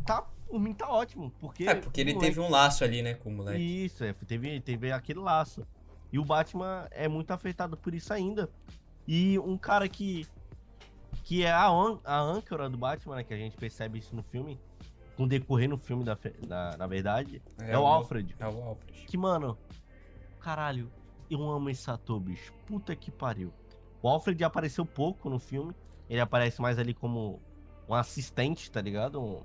S3: tá, por mim tá ótimo. Porque
S2: É, porque ele
S3: moleque-
S2: teve um laço ali, né, com o moleque.
S3: Isso, é, teve, teve aquele laço. E o Batman é muito afetado por isso ainda. E um cara que. Que é a, an- a âncora do Batman, né? Que a gente percebe isso no filme. Com decorrer no filme, da, fe- na, na verdade. É, o Alfred.
S2: É o Alfred.
S3: Que, mano. Caralho, eu amo esse ator, bicho. Puta que pariu. O Alfred apareceu pouco no filme. Ele aparece mais ali como um assistente, tá ligado? Um-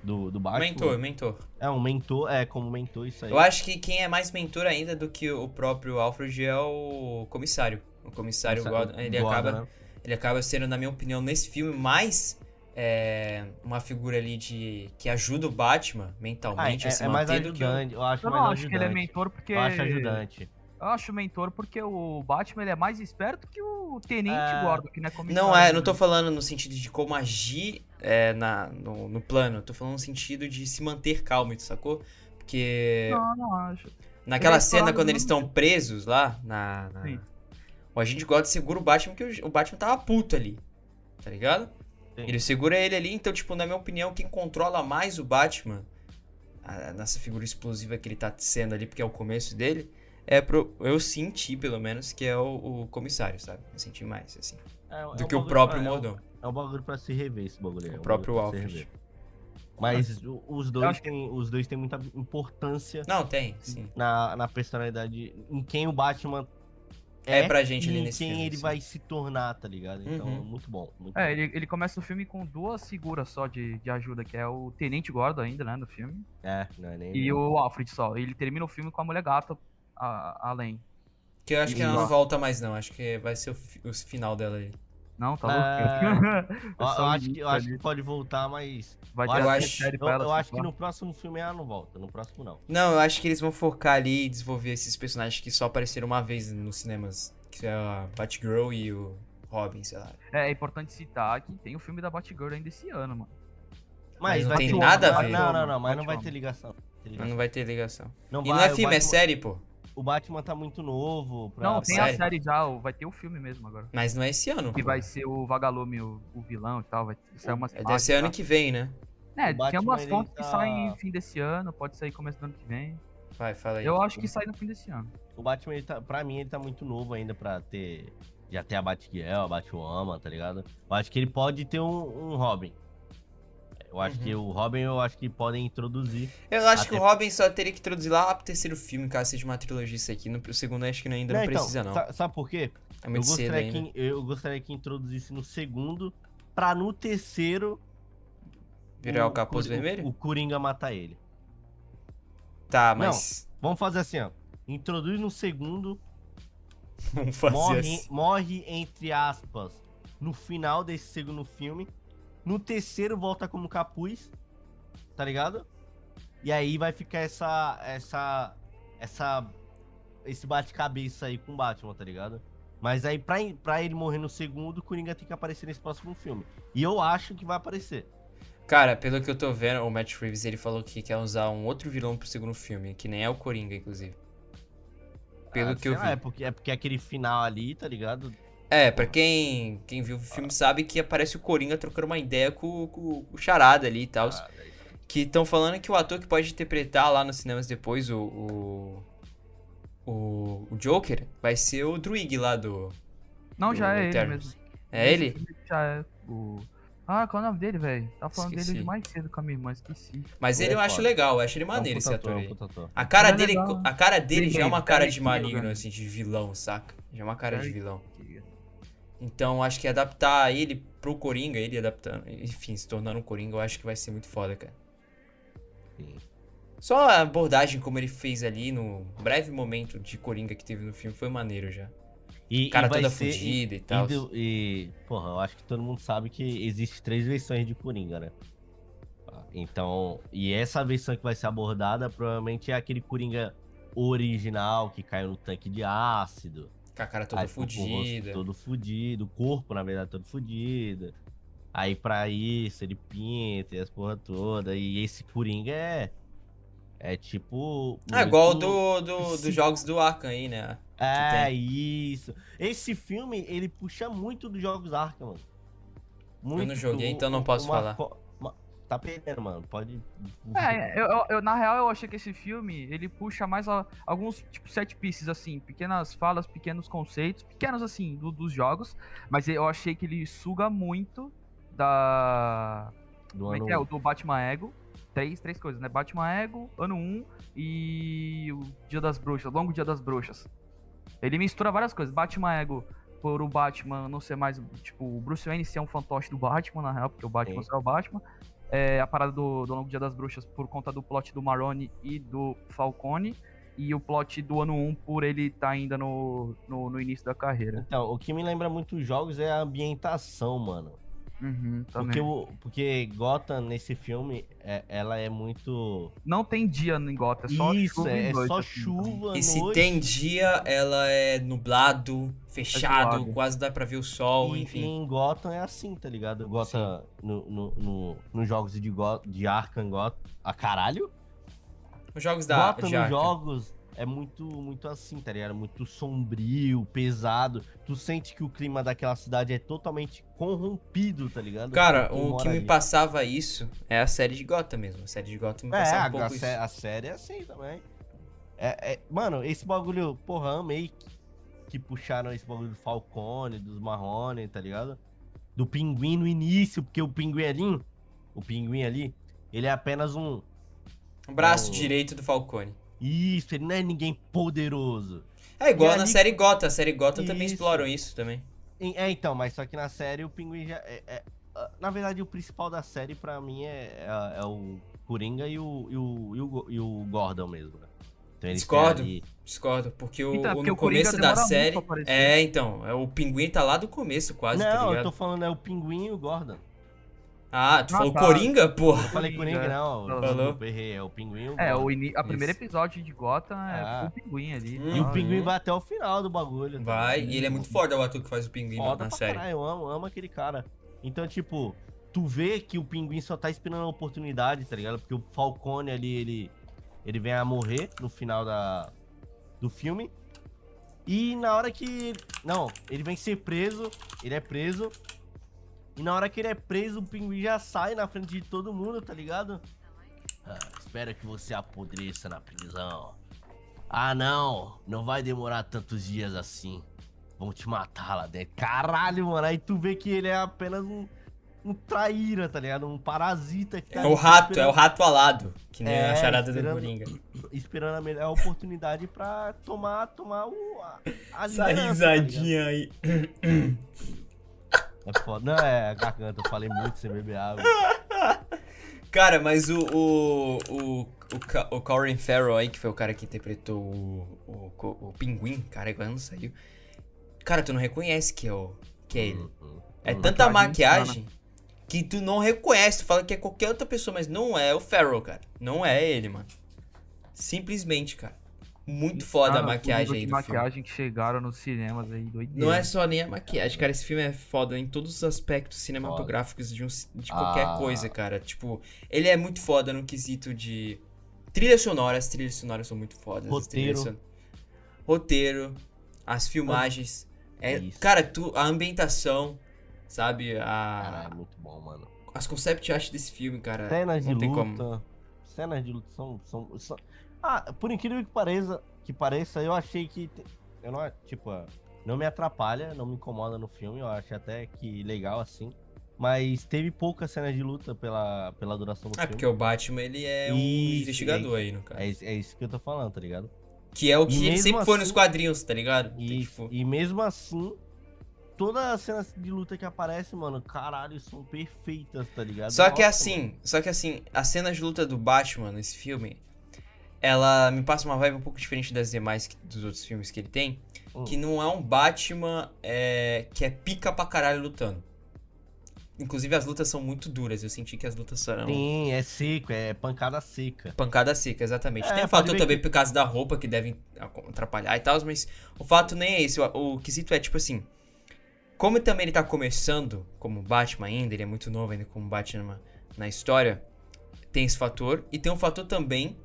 S3: do, do Batman.
S2: mentor, mentor.
S3: É, um mentor. É, como mentor, isso aí.
S2: Eu acho que quem é mais mentor ainda do que o próprio Alfred é o comissário. O comissário Gordon. Ele,
S3: Gordon,
S2: acaba,
S3: né?
S2: ele acaba sendo, na minha opinião, nesse filme, mais é, uma figura ali de que ajuda o Batman
S3: Ah, é,
S2: mentalmente a se
S3: é mais
S2: manter do que o-
S3: ajudante. Eu acho
S1: Eu
S3: mais
S1: não acho que
S3: ajudante.
S1: ele é mentor porque.
S3: Eu acho ajudante.
S1: Eu acho mentor porque o Batman ele é mais esperto que o Tenente
S3: É.
S1: Gordon, que não é comissário.
S2: Não, é, não tô
S1: né?
S2: falando no sentido de como agir é, na, no, no plano. Eu tô falando no sentido de se manter calmo, tu sacou? Porque
S1: Não, não acho.
S2: naquela
S1: Ele é
S2: cena,
S1: claro,
S2: quando
S1: não
S2: eles estão presos lá, na, na-
S1: Sim.
S2: o agente Gordon segura o Batman, porque o- o Batman tava puto ali, tá ligado?
S3: Sim.
S2: Ele segura ele ali, então, tipo, na minha opinião, quem controla mais o Batman, a- nessa figura explosiva que ele tá sendo ali, porque é o começo dele, é pro, eu senti, pelo menos, que é o, o comissário, sabe? Eu senti mais, assim,
S3: É, é
S2: do
S3: um
S2: que o
S3: bagulho
S2: próprio
S3: pra- é um-
S2: mordomo.
S3: É um bagulho pra se rever esse bagulho. aí, é um
S2: O
S3: bagulho
S2: próprio
S3: pra se
S2: Alfred.
S3: rever. Mas o- os dois,
S1: acho
S3: têm, os dois têm muita importância
S2: Não, tem, sim.
S3: na, na personalidade, em quem o Batman
S2: É,
S3: é,
S2: pra
S3: e em
S2: gente ali
S3: quem
S2: nesse filme.
S3: ele
S2: sim.
S3: vai se tornar, tá ligado? Então,
S2: Uhum.
S3: muito bom. muito bom.
S1: É, ele, ele começa o filme com duas figuras só de, de ajuda, que é o Tenente Gordon ainda, né, no filme.
S3: É, não é nem...
S1: E o Alfred só. Ele termina o filme com a mulher gata a- além.
S2: Que eu acho que
S3: Isso.
S2: ela não volta mais, não. Acho que vai ser o, fi- o final dela ali.
S1: Não, tá
S3: Ah,
S1: louco?
S3: Eu, eu
S1: só
S3: acho que,
S1: isso
S3: eu acho
S1: ali.
S3: que pode voltar, mas...
S1: Vai
S3: eu
S1: ter
S2: acho-
S1: até
S2: acho-
S1: série
S3: Eu,
S1: pra ela
S3: eu acho que
S1: assistir.
S3: no próximo filme ela não volta, no próximo não.
S2: Não, eu acho que eles vão focar ali e desenvolver esses personagens que só apareceram uma vez nos cinemas. Que é a Batgirl e o Robin, sei lá.
S1: É, é importante citar que tem o filme da Batgirl ainda esse ano, mano.
S2: Mas não
S3: vai
S2: tem
S3: ter-
S2: nada a
S3: mas-
S2: ver.
S3: Não, não, não, mas
S1: Batman.
S3: não vai ter ligação. Vai ter
S2: Mas
S3: ligação.
S2: não vai ter ligação.
S3: Não
S2: E não
S3: vai,
S2: é
S3: o
S2: filme, é
S3: Batman-
S2: série, pô.
S3: O Batman tá muito novo pra...
S1: não, tem
S2: série?
S1: a série já, o- vai ter o filme mesmo agora.
S2: Mas não é esse ano.
S1: Que
S2: pô.
S1: vai ser o vagalume, o, o vilão e tal. Vai sair umas
S2: É, Deve
S1: partes,
S2: ser
S3: Ah,
S2: ano
S1: tá?
S2: que vem, né?
S1: É,
S3: O
S1: tem
S3: Batman,
S1: umas
S3: ele
S1: fontes que
S3: tá-
S1: saem fim desse ano, pode sair começo do ano que vem.
S2: Vai, fala aí.
S3: tá
S1: Eu acho que sai no fim desse ano.
S3: O Batman, ele tá, pra mim, ele tá muito novo ainda pra ter... Já ter a Batgirl, a Batwoman, tá ligado? Eu acho que ele pode ter um, um Robin. Eu acho
S2: Uhum.
S3: que o Robin, eu acho que podem introduzir.
S2: Eu acho que o
S3: Até-
S2: Robin só teria que introduzir lá pro terceiro filme, caso seja uma trilogia isso aqui. No, o segundo acho que ainda não,
S3: então,
S2: precisa, não.
S3: sa- Sabe por quê?
S2: É muito
S3: eu,
S2: cedo
S3: gostaria
S2: ainda.
S3: que, eu gostaria que introduzisse no segundo, pra no terceiro...
S2: Virar o capuz
S3: Cori-
S2: vermelho?
S3: O Coringa matar ele.
S2: Tá,
S3: Não.
S2: mas.
S3: Vamos fazer assim, ó. Introduz no segundo,
S2: Vamos fazer
S3: morre,
S2: assim.
S3: morre entre aspas no final desse segundo filme. No terceiro volta como capuz, tá ligado? E aí vai ficar essa essa essa esse bate-cabeça aí com o Batman, tá ligado? Mas aí pra, pra ele morrer no segundo, o Coringa tem que aparecer nesse próximo filme. E eu acho que vai aparecer.
S2: Cara, pelo que eu tô vendo, o Matt Reeves ele falou que quer usar um outro vilão pro segundo filme, que nem é o Coringa, inclusive. Pelo
S3: Ah,
S2: que
S3: sei
S2: eu
S3: lá,
S2: vi.
S3: É porque, é porque aquele final ali, tá ligado?
S2: É, pra quem, quem viu o
S3: Ah.
S2: filme sabe que aparece o Coringa trocando uma ideia com, com- com o Charada ali e tal.
S3: Ah, velho.
S2: Que estão falando que o ator que pode interpretar lá nos cinemas depois o. o... o, o Joker vai ser o Druig lá do.
S1: Não, já é
S2: do
S1: ele
S2: Eternos.
S1: mesmo.
S2: É
S1: Esse
S2: ele?
S1: filme Já é o... Ah, qual é o nome dele, velho? Tá falando
S2: Esqueci.
S1: dele mais cedo com a minha irmã, esqueci.
S2: Mas ele
S3: É
S2: eu acho
S3: foda.
S2: legal, eu acho ele
S3: É um
S2: maneiro esse
S3: puta
S2: ator aí.
S3: puta ator.
S2: A cara
S1: Ele é
S2: dele,
S1: legal.
S2: a cara dele
S1: Bem
S2: já é uma
S1: feito,
S2: cara
S1: cara
S2: de
S1: de vilão,
S2: maligno,
S1: né?
S2: assim, de vilão, saca? Já é uma cara de
S1: Cara de-
S2: vilão. Então acho que adaptar ele pro Coringa, ele adaptando, enfim, se tornando um Coringa, eu acho que vai ser muito foda, cara.
S3: Sim.
S2: Só a abordagem como ele fez ali no breve momento de Coringa que teve no filme foi maneiro já.
S3: E,
S2: Cara
S3: e vai
S2: toda
S3: ser-
S2: fudida e
S3: e-
S2: tal.
S3: E, do- e, porra, eu acho que todo mundo sabe que existe três versões de Coringa, né? Ah, Então, e essa versão que vai ser abordada provavelmente é aquele Coringa original que caiu no tanque de ácido.
S2: Com a cara
S3: aí
S2: toda
S3: ficou com o rosto
S2: fudida.
S3: Todo fudido, o corpo, na verdade, todo fudido. Aí pra isso ele pinta e as porra toda. E esse Coringa é. É tipo.
S2: Ah, igual
S3: muito-
S2: do, do, dos
S3: Sim.
S2: jogos do Arkham aí, né?
S3: é, isso. Esse filme, ele puxa muito dos jogos Arkham, mano. Muito.
S2: não joguei,
S3: O-
S2: então não
S3: o-
S2: posso
S3: uma
S2: falar.
S3: co- uma- Tá perdendo, mano. Pode.
S1: É, eu, eu- eu- na real eu achei que esse filme, ele puxa mais a- alguns, tipo, set pieces, assim, pequenas falas, pequenos conceitos, pequenos, assim, do- dos jogos, mas eu achei que ele suga muito da...
S3: Do
S1: Como é
S3: ano um.
S1: que é? O do Batman Ego. Três, três coisas, né? Batman Ego, ano 1 e o Dia das Bruxas, Longo Dia das Bruxas. Ele mistura várias coisas. Batman Ego, por o Batman não ser mais, tipo, o Bruce Wayne ser um fantoche do Batman, na real, porque o Batman
S3: Sim.
S1: será o Batman. É, a parada do, do Longo Dia das Bruxas por conta do plot do Maroni e do Falcone. E o plot do ano 1 por ele estar ainda no, no, no início da carreira.
S3: Então, o que me lembra muito os jogos é a ambientação, mano.
S1: Uhum,
S3: Porque,
S1: também.
S3: o, porque Gotham nesse filme, é- ela é muito.
S1: Não tem dia em Gota, é só
S3: Isso,
S1: chuva e
S3: é, é
S1: noite,
S3: só
S1: assim.
S3: chuva,
S2: E se
S3: noite.
S2: tem dia, ela é nublado, fechado,
S1: Nublado.
S2: quase dá pra ver o sol,
S3: E, e
S2: enfim.
S3: em Gotham é assim, tá ligado? Gotham, no, no, no- nos jogos de, Go, de Arkham Gotham. A caralho?
S2: Os jogos da
S3: Gotham
S2: de
S3: nos
S2: Arkham.
S3: jogos é muito, muito assim, tá ligado? Muito sombrio, pesado. Tu sente que o clima daquela cidade é totalmente corrompido, tá ligado?
S2: Cara,
S3: Quem
S2: o
S3: mora
S2: que me
S3: ali.
S2: passava isso é a série de Gotham mesmo. A série de Gotham me
S3: É,
S2: passava
S3: a,
S2: um pouco
S3: a
S2: isso.
S3: sé- a série é assim também. É, é- mano, esse bagulho, porra, amei que, que puxaram esse bagulho do Falcone, dos Marrone, tá ligado? Do pinguim no início, porque o pinguim ali, o pinguim ali, ele é apenas um.
S2: O braço
S3: O-
S2: direito do Falcone.
S3: Isso, ele não é ninguém poderoso.
S2: É igual
S3: E
S2: na
S3: ali-
S2: série Gotham. A série Gotham também
S3: Isso.
S2: exploram isso também.
S3: Em- É, então, mas só que na série o pinguim já. é- é- ah, na verdade, o principal da série pra mim é, é, é o Coringa e o, e, o, e, o, Go- e o Gordon mesmo, né? Então eles têm
S2: Discordo.
S3: ali-
S2: Discordo, porque o,
S3: é
S1: Então,
S2: o-
S1: porque
S2: no
S1: o Coringa
S2: começo da
S1: demora muito
S2: série.
S1: pra aparecer.
S2: É, então. é, O pinguim tá lá do começo, quase, tá
S3: Não, eu
S2: ligado?
S3: tô falando é o pinguim e o Gordon.
S2: Ah, tu
S1: Ah,
S2: falou
S1: tá.
S2: Coringa, porra.
S3: Eu falei
S1: Coringa,
S3: Coringa, não.
S1: Falou.
S3: Desculpa, errei. É o pinguim e o
S1: É, o
S3: Gordon.
S1: ini- a primeiro
S2: Isso.
S1: episódio de Gotham é
S3: Ah.
S1: o pinguim ali.
S2: Hum.
S1: tá?
S3: E o pinguim
S2: Uhum.
S3: vai até o final do bagulho. tá
S2: Vai,
S3: ligado?
S2: e ele é muito foda o ator que faz o pinguim
S3: Foda
S2: na
S3: pra
S2: série.
S3: caralho, eu amo, amo aquele cara. Então, tipo, tu vê que o pinguim só tá esperando a oportunidade, tá ligado? Porque o Falcone ali, ele, ele vem a morrer no final da, do filme. E na hora que. Não, ele vem ser preso, ele é preso. E na hora que ele é preso, o pinguim já sai na frente de todo mundo, tá ligado? Ah, espero que você apodreça na prisão. Ah, não, não vai demorar tantos dias assim. Vão te matar lá dentro. Caralho, mano. Aí tu vê que ele é apenas um, um traíra, tá ligado? Um parasita que tá
S2: É
S3: ali
S2: o rato, é
S3: esperando-
S2: o rato alado. Que nem
S3: É,
S2: a charada do
S3: esperando-
S2: Coringa.
S3: Esperando a melhor oportunidade pra tomar, tomar o, a, a
S2: Essa
S3: liderança, tá ligado?
S2: risadinha
S1: né?
S2: aí.
S3: É foda. Não, é a garganta. Eu falei muito sem beber água.
S2: Cara, mas o. O. O, o, Ca- o Colin Farrell aí, que foi o cara que interpretou o. O, co- o pinguim, cara, agora não saiu. Cara, tu não reconhece que é o. Que é ele. É
S3: Hum.
S2: tanta
S1: maquiagem
S2: maquiagem que tu não reconhece. Tu fala que é qualquer outra pessoa, mas não é o Farrell, cara. Não é ele, mano. Simplesmente, cara. é Muito foda
S1: Cara,
S2: a
S1: o
S2: maquiagem
S1: nível
S2: aí
S1: de
S2: do filme.
S1: maquiagem que chegaram nos cinemas aí, doideira.
S2: Não é só nem a maquiagem, cara. Esse filme é foda em todos os aspectos cinematográficos de, um, ci- de qualquer
S3: Ah.
S2: coisa, cara. Tipo, ele é muito foda no quesito de trilha sonora. As trilhas sonoras são muito fodas. as trilhas
S3: Roteiro.
S2: son- Roteiro, as filmagens. É,
S3: Ah, Isso.
S2: cara, tu, a ambientação, sabe? A,
S3: Caralho, muito bom, mano.
S2: as concept art desse filme, cara.
S3: Ah. Cenas de
S2: não tem
S3: luta.
S2: como.
S3: cenas de luta são, são, são- Ah, por incrível que pareça, que pareça, eu achei que. te- Eu não, tipo, não me atrapalha, não me incomoda no filme, eu acho até que legal assim. Mas teve poucas cenas de luta pela, pela duração do
S2: É, porque
S3: filme.
S2: o Batman, ele é um
S3: Isso,
S2: investigador aí, no caso.
S3: É, isso- é isso que eu tô falando, tá ligado?
S2: Que é o que
S3: E
S2: ele
S3: mesmo
S2: sempre foi
S3: assim-
S2: nos quadrinhos, tá ligado? Tem,
S3: E,
S2: tipo,
S3: e mesmo assim, todas as cenas de luta que aparecem, mano, caralho, são perfeitas, tá ligado?
S2: Só que
S3: Nossa,
S2: assim, só que assim, as cenas de luta do Batman nesse filme, ela me passa uma vibe um pouco diferente das demais que- dos outros filmes que ele tem,
S3: Hum.
S2: que não é um Batman é, que é pica pra caralho lutando. Inclusive as lutas são muito duras, eu senti que as lutas
S3: mano.
S2: serão
S3: Sim, é seco, é pancada seca.
S2: pancada seca, exatamente.
S3: É,
S2: tem o
S3: pode
S2: fator
S3: ver
S2: também por causa da roupa que devem atrapalhar e tal, mas o fato nem é esse. O, o quesito é tipo assim. Como também ele tá começando como Batman ainda, ele é muito novo ainda como Batman na história, tem esse fator. E tem um fator também.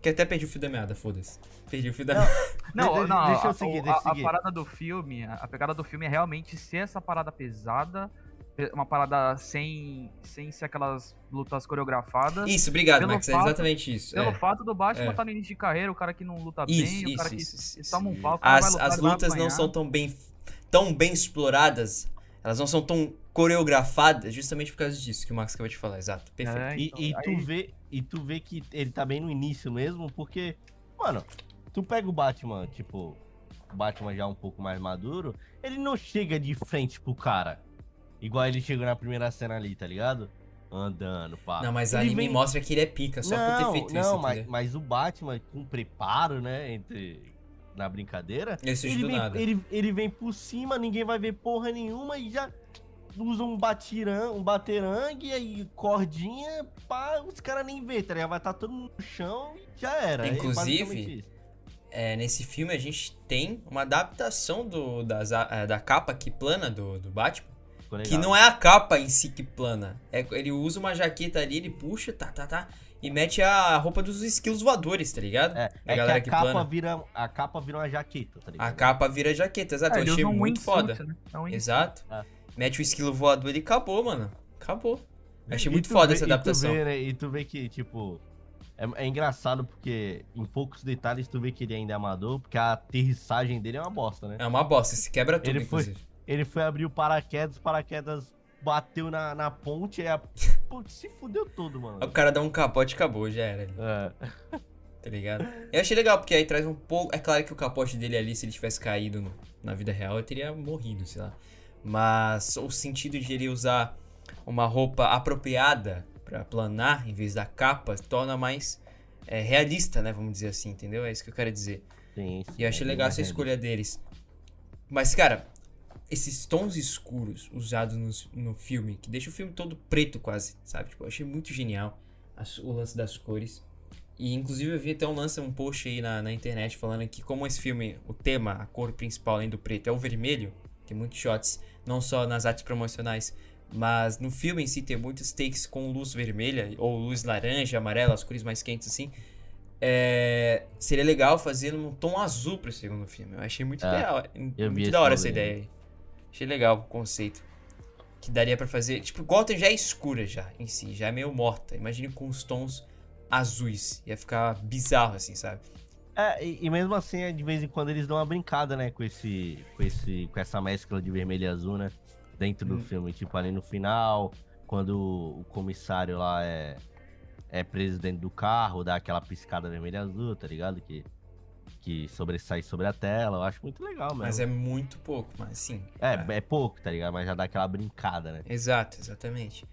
S2: Que até perdi o fio da meada, foda-se. Perdi o fio da
S3: Não,
S2: meada.
S1: Não,
S3: Deixa-
S1: não,
S3: deixa eu
S1: a-
S3: seguir,
S1: a-
S3: deixa eu
S1: a,
S3: seguir.
S1: parada do filme, a a pegada do filme é realmente ser essa parada pesada, pe- uma parada sem, sem ser aquelas lutas coreografadas.
S2: Isso, obrigado,
S1: Pelo
S2: Max. É
S1: fato-
S2: exatamente isso.
S1: Pelo
S2: é.
S1: fato do Batman
S2: é.
S1: tá no início de carreira, o cara que não luta
S2: Isso,
S1: tá bem, o cara
S2: isso,
S1: que
S2: isso, isso,
S1: que
S2: isso.
S1: toma um pau, o cara vai
S2: as,
S1: lutar,
S2: as
S1: ele vai
S2: lutas não
S1: apanhar.
S2: são tão bem, tão bem exploradas, elas não são tão coreografadas, justamente por causa disso que o Max acabou de falar, exato. Perfeito.
S1: É,
S3: E,
S1: então,
S3: e
S1: aí-
S3: tu vê, e tu vê que ele tá bem no início mesmo, porque, mano, tu pega o Batman, tipo, o Batman já um pouco mais maduro, ele não chega de frente pro cara. Igual ele chegou na primeira cena ali, tá ligado? Andando, pá.
S2: Não, mas
S3: Ele
S2: ali
S3: vem-
S2: me mostra que ele é pica, só por ter feito isso,
S3: não, mas,
S2: entendeu?
S3: mas o Batman com preparo, né, entre na brincadeira,
S2: Ele surge
S3: ele
S2: do
S3: vem,
S2: nada.
S3: ele, ele vem por cima, ninguém vai ver porra nenhuma e já usa um batirã, um baterangue aí cordinha, pá, os caras nem vê, tá ligado? Vai estar todo mundo no chão e já era. É
S2: Inclusive,
S3: basicamente isso.
S2: É, nesse filme a gente tem uma adaptação do, das, a- é, da capa que plana do, do Batman,
S3: Ficou
S2: que
S3: legal.
S2: não é a capa em si que plana. É, ele usa uma jaqueta ali, ele puxa, tá, tá, tá, e mete a roupa dos esquilos voadores, tá ligado?
S3: É, é
S2: galera que
S3: que a capa
S2: plana.
S3: vira a capa vira uma jaqueta, tá ligado?
S2: A capa vira jaqueta, exato.
S1: É, ele
S2: eu
S1: usa
S2: achei
S1: um
S2: muito
S1: wingsuit,
S2: foda.
S1: né? É um wingsuit.
S2: Exato.
S3: Ah.
S2: Mete o esquilo voador e acabou, mano. Acabou. Eu achei
S3: E
S2: muito
S3: tu
S2: foda
S3: vê-
S2: essa
S3: e tu
S2: adaptação.
S3: vê, né, E tu vê que, tipo. É, é engraçado porque em poucos detalhes tu vê que ele ainda é amador, porque a aterrissagem dele é uma bosta, né?
S2: É uma bosta, se quebra tudo,
S3: Ele foi-
S2: inclusive.
S3: Ele foi abrir o paraquedas, o paraquedas bateu na, na ponte, aí a... Pô, se fudeu todo,
S2: Aí O
S3: mano.
S2: cara dá um capote e acabou, já era, ali,
S3: É,
S2: tá ligado? Eu achei legal, porque aí traz um pouco. É claro que o capote dele ali, se ele tivesse caído no- na vida real, ele teria morrido, sei lá. Mas o sentido de ele usar uma roupa apropriada pra planar em vez da capa torna mais é, realista, né? Vamos dizer assim, entendeu? É isso que eu quero dizer.
S3: sim, sim,
S2: E eu achei
S3: é
S2: legal
S3: bem
S2: essa escolha deles. Mas, cara, esses tons escuros usados nos- no, filme, que deixa o filme todo preto quase, sabe? Tipo, eu achei muito genial as- o lance das cores. E, inclusive, eu vi até um lance, um post aí na, na internet falando que como esse filme, o tema, a cor principal além do preto é o vermelho, tem muitos shots, não só nas artes promocionais, mas no filme em si tem muitos takes com luz vermelha, ou luz laranja, amarela, as cores mais quentes assim. É, seria legal fazer um tom azul pro segundo filme. Eu achei muito,
S3: É,
S2: legal,
S3: vi
S2: muito
S3: esse
S2: da hora
S3: bagulho
S2: essa
S3: aí.
S2: ideia aí. Achei legal o conceito. Que daria pra fazer. Tipo, Gotham já é escura já em si, já é meio morta. Imagine com os tons azuis. Ia ficar bizarro assim, sabe?
S3: É, e, e mesmo assim, é, de vez em quando eles dão uma brincada, né, com esse. com esse. com essa mescla de vermelho e azul, né? Dentro do
S2: Hum.
S3: filme. Tipo, ali no final, quando o o comissário lá é, é preso dentro do carro, dá aquela piscada vermelha e azul, tá ligado? Que, que sobressai sobre a tela. Eu acho muito legal,
S2: Mas
S3: mesmo.
S2: é muito pouco, mas sim.
S3: é, é pouco, tá ligado? Mas já dá aquela brincada, né?
S2: Exato, exatamente.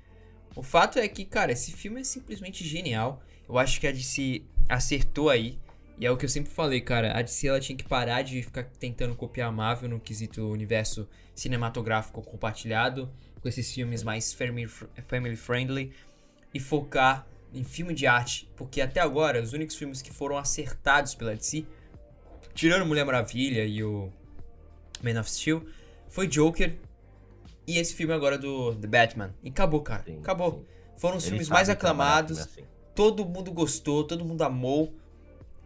S2: O fato é que, cara, esse filme é simplesmente genial. Eu acho que a DC acertou aí. E é o que eu sempre falei, cara. A DC ela tinha que parar de ficar tentando copiar a Marvel no quesito universo cinematográfico compartilhado, com esses filmes mais family family friendly, e focar em filme de arte. Porque até agora, os únicos filmes que foram acertados pela DC, tirando Mulher Maravilha e o Man of Steel, foi Joker e esse filme agora do The Batman. E acabou, cara.
S3: Sim,
S2: acabou.
S3: sim.
S2: Foram os
S3: Eles
S2: filmes
S3: sabem é
S2: mais
S3: trabalhar
S2: aclamados.
S3: filme assim.
S2: Todo mundo gostou, todo mundo amou.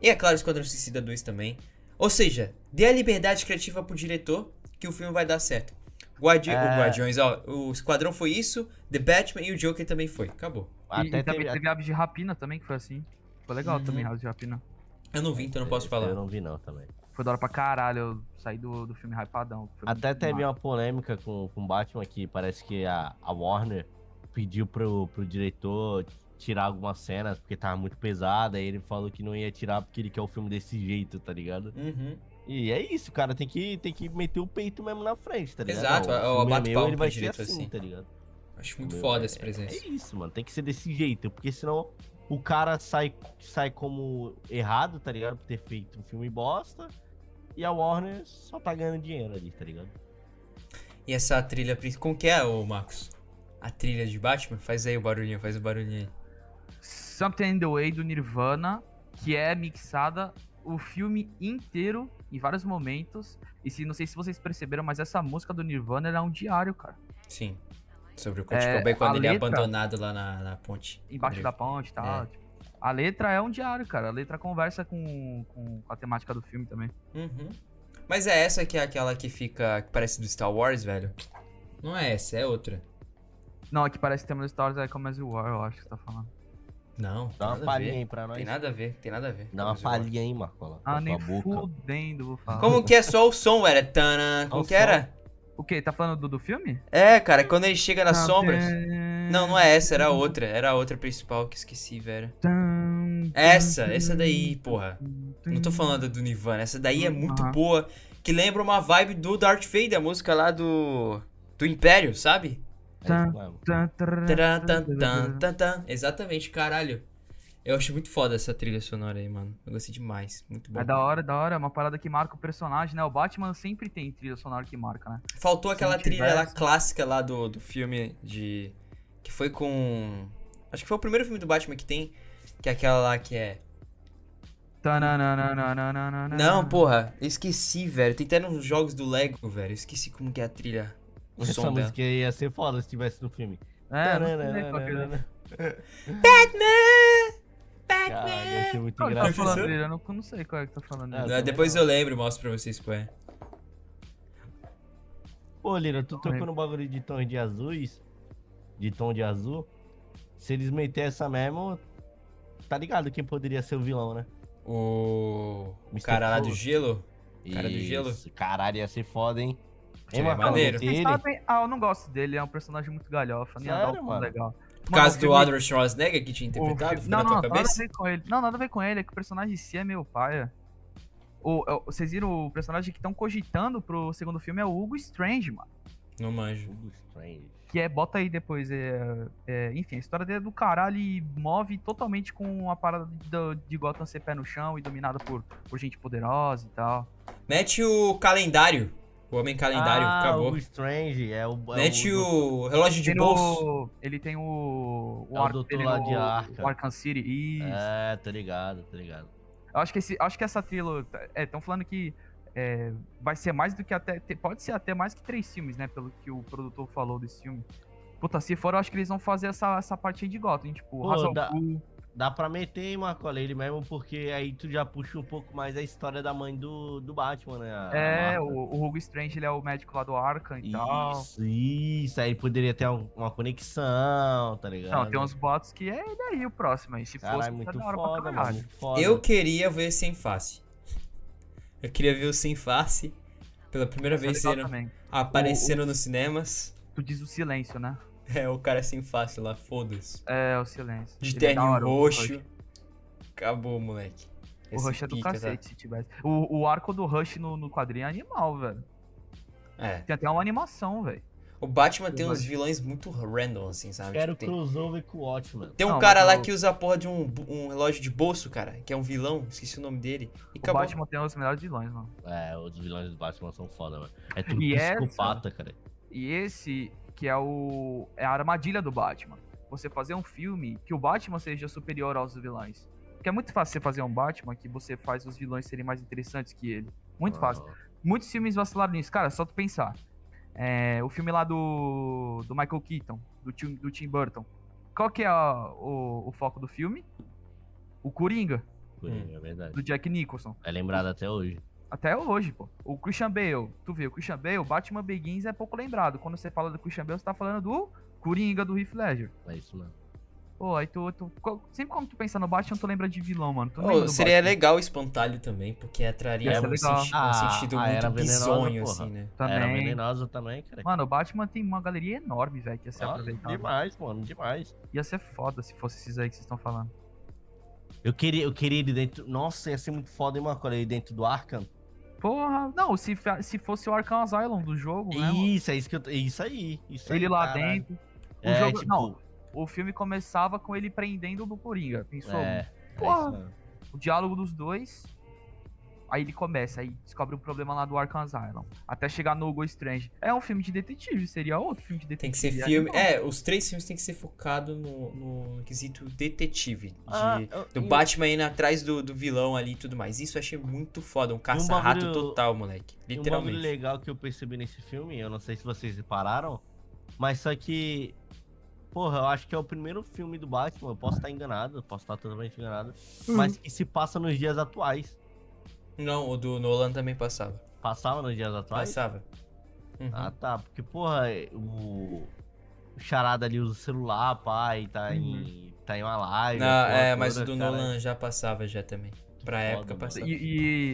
S2: E é claro, Esquadrão Suicida 2 também. Ou seja, dê a liberdade criativa pro diretor que o filme vai dar certo. Guardi
S3: É.
S2: O Guardiões, ó, o Esquadrão foi isso, The Batman e o Joker também foi. Acabou.
S1: E, e também teve Aves de Rapina também, que foi assim. Foi legal também, Aves de Rapina.
S2: Eu não vi, então não posso
S3: Esse
S2: falar.
S3: Eu não vi, não, também.
S1: Foi da hora pra caralho, eu saí do, do filme hypadão. Foi
S3: Até
S1: muito
S3: teve
S1: massa.
S3: uma polêmica com o Batman que parece que a, a Warner pediu pro, pro diretor tirar algumas cenas porque tava muito pesada. E ele falou que não ia tirar porque ele quer o filme desse jeito, tá ligado?
S2: Uhum.
S3: E é isso, cara. Tem que, tem que meter o peito mesmo na frente, tá
S2: Exato,
S3: ligado? Ó,
S2: eu
S3: filme
S2: bato
S3: meu,
S2: palma
S3: ele
S2: pro
S3: vai ser
S2: diretor,
S3: assim,
S2: assim.
S3: tá ligado?
S2: Acho muito
S3: Meu,
S2: foda
S3: é-
S2: essa presença.
S3: É isso, mano. Tem que ser desse jeito, porque senão o cara sai, sai como errado, tá ligado? Por ter feito um filme bosta. E a Warner só tá ganhando dinheiro ali, tá ligado?
S2: E essa trilha principal. Como que é, ô Marcos? A trilha de Batman? Faz aí o barulhinho, faz o barulhinho aí.
S1: Something in the Way do Nirvana, que é mixada o filme inteiro, em vários momentos. E se não sei se vocês perceberam, mas essa música do Nirvana ela é um diário, cara.
S2: Sim. Sobre o Kurt
S1: É,
S2: Cobain quando
S1: a
S2: ele é
S1: letra-
S2: abandonado lá na, na ponte.
S1: Embaixo da ponte e tal.
S2: É.
S1: tipo. A letra é um diário, cara. A letra conversa com, com a temática do filme também.
S2: Uhum. Mas é essa que é aquela que fica. que parece do Star Wars, velho? Não é essa, é outra.
S1: Não, aqui parece que tema do Star Wars é Come As You Are, eu acho que você tá falando.
S2: Não. tem
S3: Dá uma
S2: nada a
S3: palhinha
S2: ver.
S3: aí pra nós.
S2: Tem nada a ver, tem nada a ver.
S3: Dá uma
S2: Talvez eu goste.
S3: palhinha aí, Marcola. Tá com a
S1: Ah, nem
S3: tua boca.
S1: fudendo, vou falar.
S2: Como que é só o som, era? Tanã. Como
S3: Só o
S2: que era?
S1: O quê? Tá falando do, do filme?
S2: É, cara, quando ele chega nas sombras.
S1: Something-
S2: Não, não é essa, era a outra. Era a outra principal que esqueci, velho.
S1: Tum,
S2: Essa,
S1: tum,
S2: essa daí, porra.
S1: tum, tum.
S2: Não tô falando do Nirvana, essa daí é muito
S1: Aham.
S2: boa, que lembra uma vibe do Darth Vader, a música lá do do Império, sabe?
S3: É isso mesmo.
S1: Tan, taran,
S2: Tará, tan,
S1: taran,
S2: tan, tan, tan. Exatamente, caralho. Eu acho muito foda essa trilha sonora aí, mano. Eu gostei demais, muito bom.
S1: É da hora, da hora, é uma parada que marca o personagem, né? O Batman sempre tem trilha sonora que marca, né?
S2: Faltou
S1: Se
S2: aquela
S1: não
S2: trilha lá
S1: tivesse-
S2: clássica lá do, do filme de. Que foi com. Acho que foi o primeiro filme do Batman que tem. Que é aquela lá que é.
S1: Tananananananana.
S2: Não, porra, eu esqueci, velho. Tem até nos jogos do Lego, velho. Eu esqueci como que é a trilha. O
S3: Essa
S2: som dela.
S3: música aí ia ser foda se tivesse no filme.
S1: É, não sei qual que é.
S3: Caralho, ia ser muito
S1: Qual que tá falando
S3: engraçado.
S1: dele? Eu não, não sei qual é que tá falando.
S3: Ah,
S1: dele.
S2: Né, Depois eu lembro e mostro pra vocês qual é.
S3: Pô, Lira, tu tocou no bagulho de tons de azuis. De tom de azul. Se eles meter essa mesmo, tá ligado quem poderia ser o vilão, né?
S2: O. O
S3: Mr.
S2: cara lá do
S3: Frodo.
S2: gelo? Cara do gelo?
S3: Isso, Caralho, ia ser foda, hein?
S2: Seria
S3: Marcão,
S2: maneiro.
S3: meter
S1: Vocês
S3: ele?
S1: sabem- Ah, eu não gosto dele, é um personagem muito galhofa, nem
S3: Sério,
S1: adulto,
S3: mano?
S1: legal.
S2: Por causa
S1: o
S2: do
S1: filme-
S2: Adrian Schwarzenegger que tinha
S1: o
S2: interpretado?
S1: filme-
S2: Ficou
S1: Não,
S2: na tua
S1: não, nada a
S2: cabeça?
S1: ver com ele. Não, nada a ver com ele, é que o personagem em si é meu pai. O, o- vocês viram o personagem que estão cogitando pro segundo filme é o Hugo Strange, mano.
S2: Não manjo.
S3: Hugo Strange.
S1: Que é, bota aí depois. É, é, enfim, a história dele é do caralho e move totalmente com a parada do, de Gotham ser pé no chão e dominada por, por gente poderosa e tal.
S2: Mete o calendário. O homem calendário,
S3: ah,
S2: acabou.
S3: Hugo Strange é o. é
S2: Mete
S3: o...
S2: o relógio de
S1: Tem
S2: bolso.
S1: o- ele tem o.
S3: É o doutor
S1: dele
S3: lá
S1: no-
S3: de Arkham.
S1: o Arkham City. Isso.
S3: É, tá ligado, tá ligado.
S1: Eu acho que, esse, acho que essa trilha. É, estão falando que é, vai ser mais do que até. te- Pode ser até mais que três filmes, né? Pelo que o produtor falou desse filme. Puta, se for, eu acho que eles vão fazer essa, essa parte aí de Gotham, tipo,
S3: Pô,
S1: Hazal
S3: dá-
S1: Gul.
S3: Dá pra meter, hein, Marcola, ele mesmo, porque aí tu já puxa um pouco mais a história da mãe do, do Batman, né? a- a
S1: É,
S3: Martha.
S1: o, o Hugo Strange, ele é o médico lá do Arkham e tal.
S3: Isso, isso, aí poderia ter um- uma conexão, tá ligado?
S1: Não, tem uns bots que é ele aí o próximo aí. Se fosse,
S3: Caralho,
S1: tá
S3: muito
S1: da hora pra
S3: foda, mano,
S1: caralho.
S3: muito foda.
S2: Eu queria ver sem face. Eu queria ver o sem face pela primeira
S1: Isso é
S2: vez
S1: legal
S2: sendo-
S1: também.
S2: aparecendo nos cinemas.
S1: Tu diz o silêncio, né?
S2: É o cara sem face lá, foda-se.
S1: É, o silêncio.
S2: De
S1: Ele é
S2: terno
S1: da hora, o
S2: roxo. Acabou, moleque.
S1: O
S2: Esse
S1: Rush é do
S3: né?
S2: pica, tá?
S1: cacete, se tivesse. O, o arco do Rush no, no quadrinho é animal, velho.
S2: É.
S1: Tem até uma animação, velho.
S2: O Batman tem
S1: O
S2: uns
S1: Batman.
S2: vilões muito random, assim, sabe?
S3: Quero
S2: Tipo, tem,
S3: crossover com o Watchman.
S2: tem um
S1: Não,
S2: cara
S1: mas
S2: lá
S1: o-
S2: que usa a porra de um, bu- um relógio de bolso, cara, que é um vilão, esqueci o nome dele. E
S1: O
S2: acabou.
S1: Batman tem um dos melhores vilões, mano.
S3: É, os vilões do Batman são foda, mano. É tudo
S1: E essa?
S3: psicopata, cara.
S1: E esse que é o é a armadilha do Batman. Você fazer um filme que o Batman seja superior aos vilões. Porque é muito fácil você fazer um Batman que você faz os vilões serem mais interessantes que ele. Muito fácil.
S3: Ah,
S1: Muitos filmes vacilaram nisso. Cara, só tu pensar. É, o filme lá do, do Michael Keaton, do Tim, do Tim Burton. Qual que é a- o, o foco do filme? O Coringa,
S3: Coringa, É verdade.
S1: do Jack Nicholson.
S3: É lembrado até hoje.
S1: Até hoje, pô. O Christian Bale, tu vê, o Christian Bale, o Batman Begins é pouco lembrado. Quando você fala do Christian Bale, você tá falando do Coringa, do Heath Ledger.
S3: É isso mesmo.
S1: Pô, aí tu, tu- qual- Sempre quando tu pensa no Batman, tu lembra de vilão, mano. Tu não
S2: Oh,
S1: lembra do
S2: seria
S1: Batman.
S2: legal o espantalho também, porque atraria
S1: Ia ser
S2: um,
S1: legal.
S2: senti- um
S3: Ah,
S2: sentido
S3: a
S2: muito
S3: Era Venenosa,
S2: bizonho,
S3: porra.
S2: assim, né?
S3: Era
S1: Também.
S3: venenosa também, cara.
S1: Mano, o Batman tem uma galeria enorme, velho, que ia ser
S3: Ah,
S1: aproveitada.
S3: demais, mano, demais.
S1: Ia ser foda se fosse esses aí que vocês estão falando.
S3: Eu queria, eu queria ele dentro. Nossa, ia ser muito foda, hein, mano? Quando ele dentro do Arkham.
S1: Porra, não, se, fa- se fosse o Arkham Asylum do jogo, né? mano?
S3: Isso, é isso que eu. é Isso aí. Isso aí,
S1: Ele lá
S3: caralho.
S1: dentro. O
S3: É,
S1: jogo-
S3: tipo,
S1: não. O filme começava com ele prendendo o Coringa. Pensou?
S3: é, é
S1: Porra.
S3: isso mesmo.
S1: O diálogo dos dois. Aí ele começa, aí descobre um problema lá do Arkham Asylum. Até chegar no Hugo Strange. É um filme de detetive, seria outro filme de
S2: Tem
S1: detetive.
S2: que ser
S1: Aí,
S2: filme.
S1: não.
S2: É, os três filmes tem que ser focado no, no quesito detetive. De,
S3: Ah, eu-
S2: do
S3: e-
S2: Batman indo atrás do, do vilão ali e tudo mais. Isso eu achei muito foda. Um caça-rato
S3: bagulho-
S2: total, moleque.
S3: E Um bagulho
S2: Literalmente.
S3: legal que eu percebi nesse filme, eu não sei se vocês repararam, mas só que. Porra, eu acho que é o primeiro filme do Batman, eu posso estar enganado, eu posso estar totalmente enganado,
S1: Hum.
S3: mas que se passa nos dias atuais.
S2: Não, o do Nolan também passava.
S3: Passava nos dias atuais?
S2: Passava. Uhum.
S3: Ah, tá, porque, porra, o. O Charada ali usa o celular, pai, tá em. tá em uma live.
S2: Na-
S3: a porra
S2: é, mas o
S3: toda,
S2: do
S3: cara,
S2: Nolan já passava já também.
S3: que
S2: Pra
S3: foda,
S2: época
S3: mano. É.
S2: passava.
S1: E,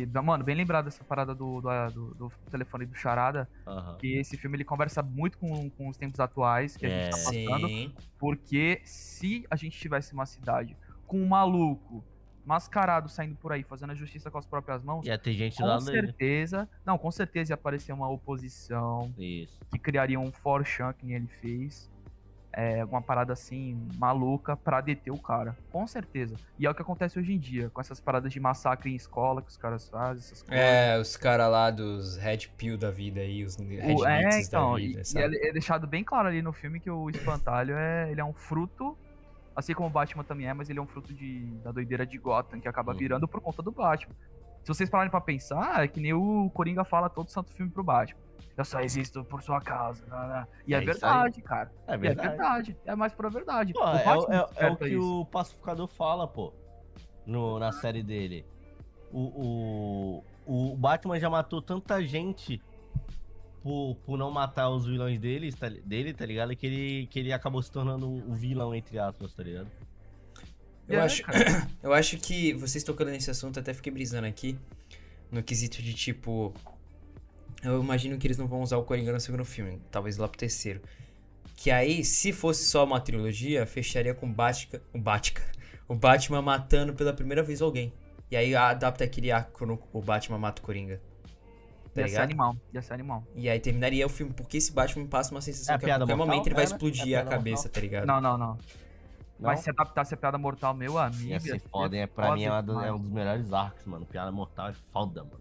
S1: e- da- mano, bem lembrado essa parada do, do, do- do telefone do Charada.
S3: Aham.
S1: Que esse filme ele conversa muito com, com os tempos atuais que a gente tá passando.
S2: É, Sim.
S1: Porque se a gente tivesse uma cidade com um maluco mascarado saindo por aí fazendo a justiça com as próprias mãos,
S3: Ia ter gente lá
S1: com
S2: né?
S3: dele.
S1: certeza, não, com certeza ia aparecer uma oposição
S3: Isso.
S1: que criaria um 4chan que nem ele fez. É, uma parada assim, maluca, pra deter o cara. Com certeza. E é o que acontece hoje em dia, com essas paradas de massacre em escola que os caras fazem, essas coisas.
S2: É, os caras lá dos Red Pill da vida aí, os Red
S1: O- é,
S2: Nits
S1: então,
S2: da
S1: e-
S2: vida,
S1: e
S2: sabe?
S1: é, é deixado bem claro ali no filme que o Espantalho é, ele é um fruto, assim como o Batman também é, mas ele é um fruto de, da doideira de Gotham, que acaba
S3: Uhum.
S1: virando por conta do Batman. Se vocês pararem pra pensar, é que nem o Coringa fala todo santo filme pro Batman. Eu só existo por sua causa. lá, lá. E é,
S3: É isso aí.
S1: verdade, cara.
S3: É
S1: É
S3: verdade.
S1: verdade. É mais pra verdade.
S3: Pô, é, o-
S1: Batman
S3: é- é o
S1: desperta
S3: que
S1: isso.
S3: o Pacificador fala, pô. no- na série dele. O, o, o Batman já matou tanta gente por, por não matar os vilões dele, tá, li- dele, tá ligado? Que ele, que ele acabou se tornando o vilão, entre aspas, tá ligado?
S2: Eu
S1: É,
S2: acho,
S3: Tá
S1: cara.
S2: eu acho que vocês tocando nesse assunto, até fiquei brisando aqui. No quesito de tipo. Eu imagino que eles não vão usar o Coringa no segundo filme, talvez lá pro terceiro. Que aí, se fosse só uma trilogia, fecharia com Batica, o Batica. O Batman matando pela primeira vez alguém. E aí adapta aquele arco no o Batman mata o Coringa. Tá
S1: Ia ser
S2: ligado?
S1: animal. Ia ser animal.
S2: E aí terminaria o filme, porque esse Batman passa uma sensação
S3: É a
S2: que a
S3: piada
S2: qualquer
S3: mortal,
S2: momento ele vai
S3: né?
S2: explodir
S3: É a
S2: a
S3: piada
S2: cabeça, tá ligado?
S1: Não, não, não.
S3: Não?
S1: Mas se adaptasse a piada mortal, meu amigo.
S3: Ia ser assim, foda, hein? Pra
S1: foda
S3: mim é, uma das-
S1: demais.
S3: é um dos melhores arcos, mano. Piada Mortal é foda, mano.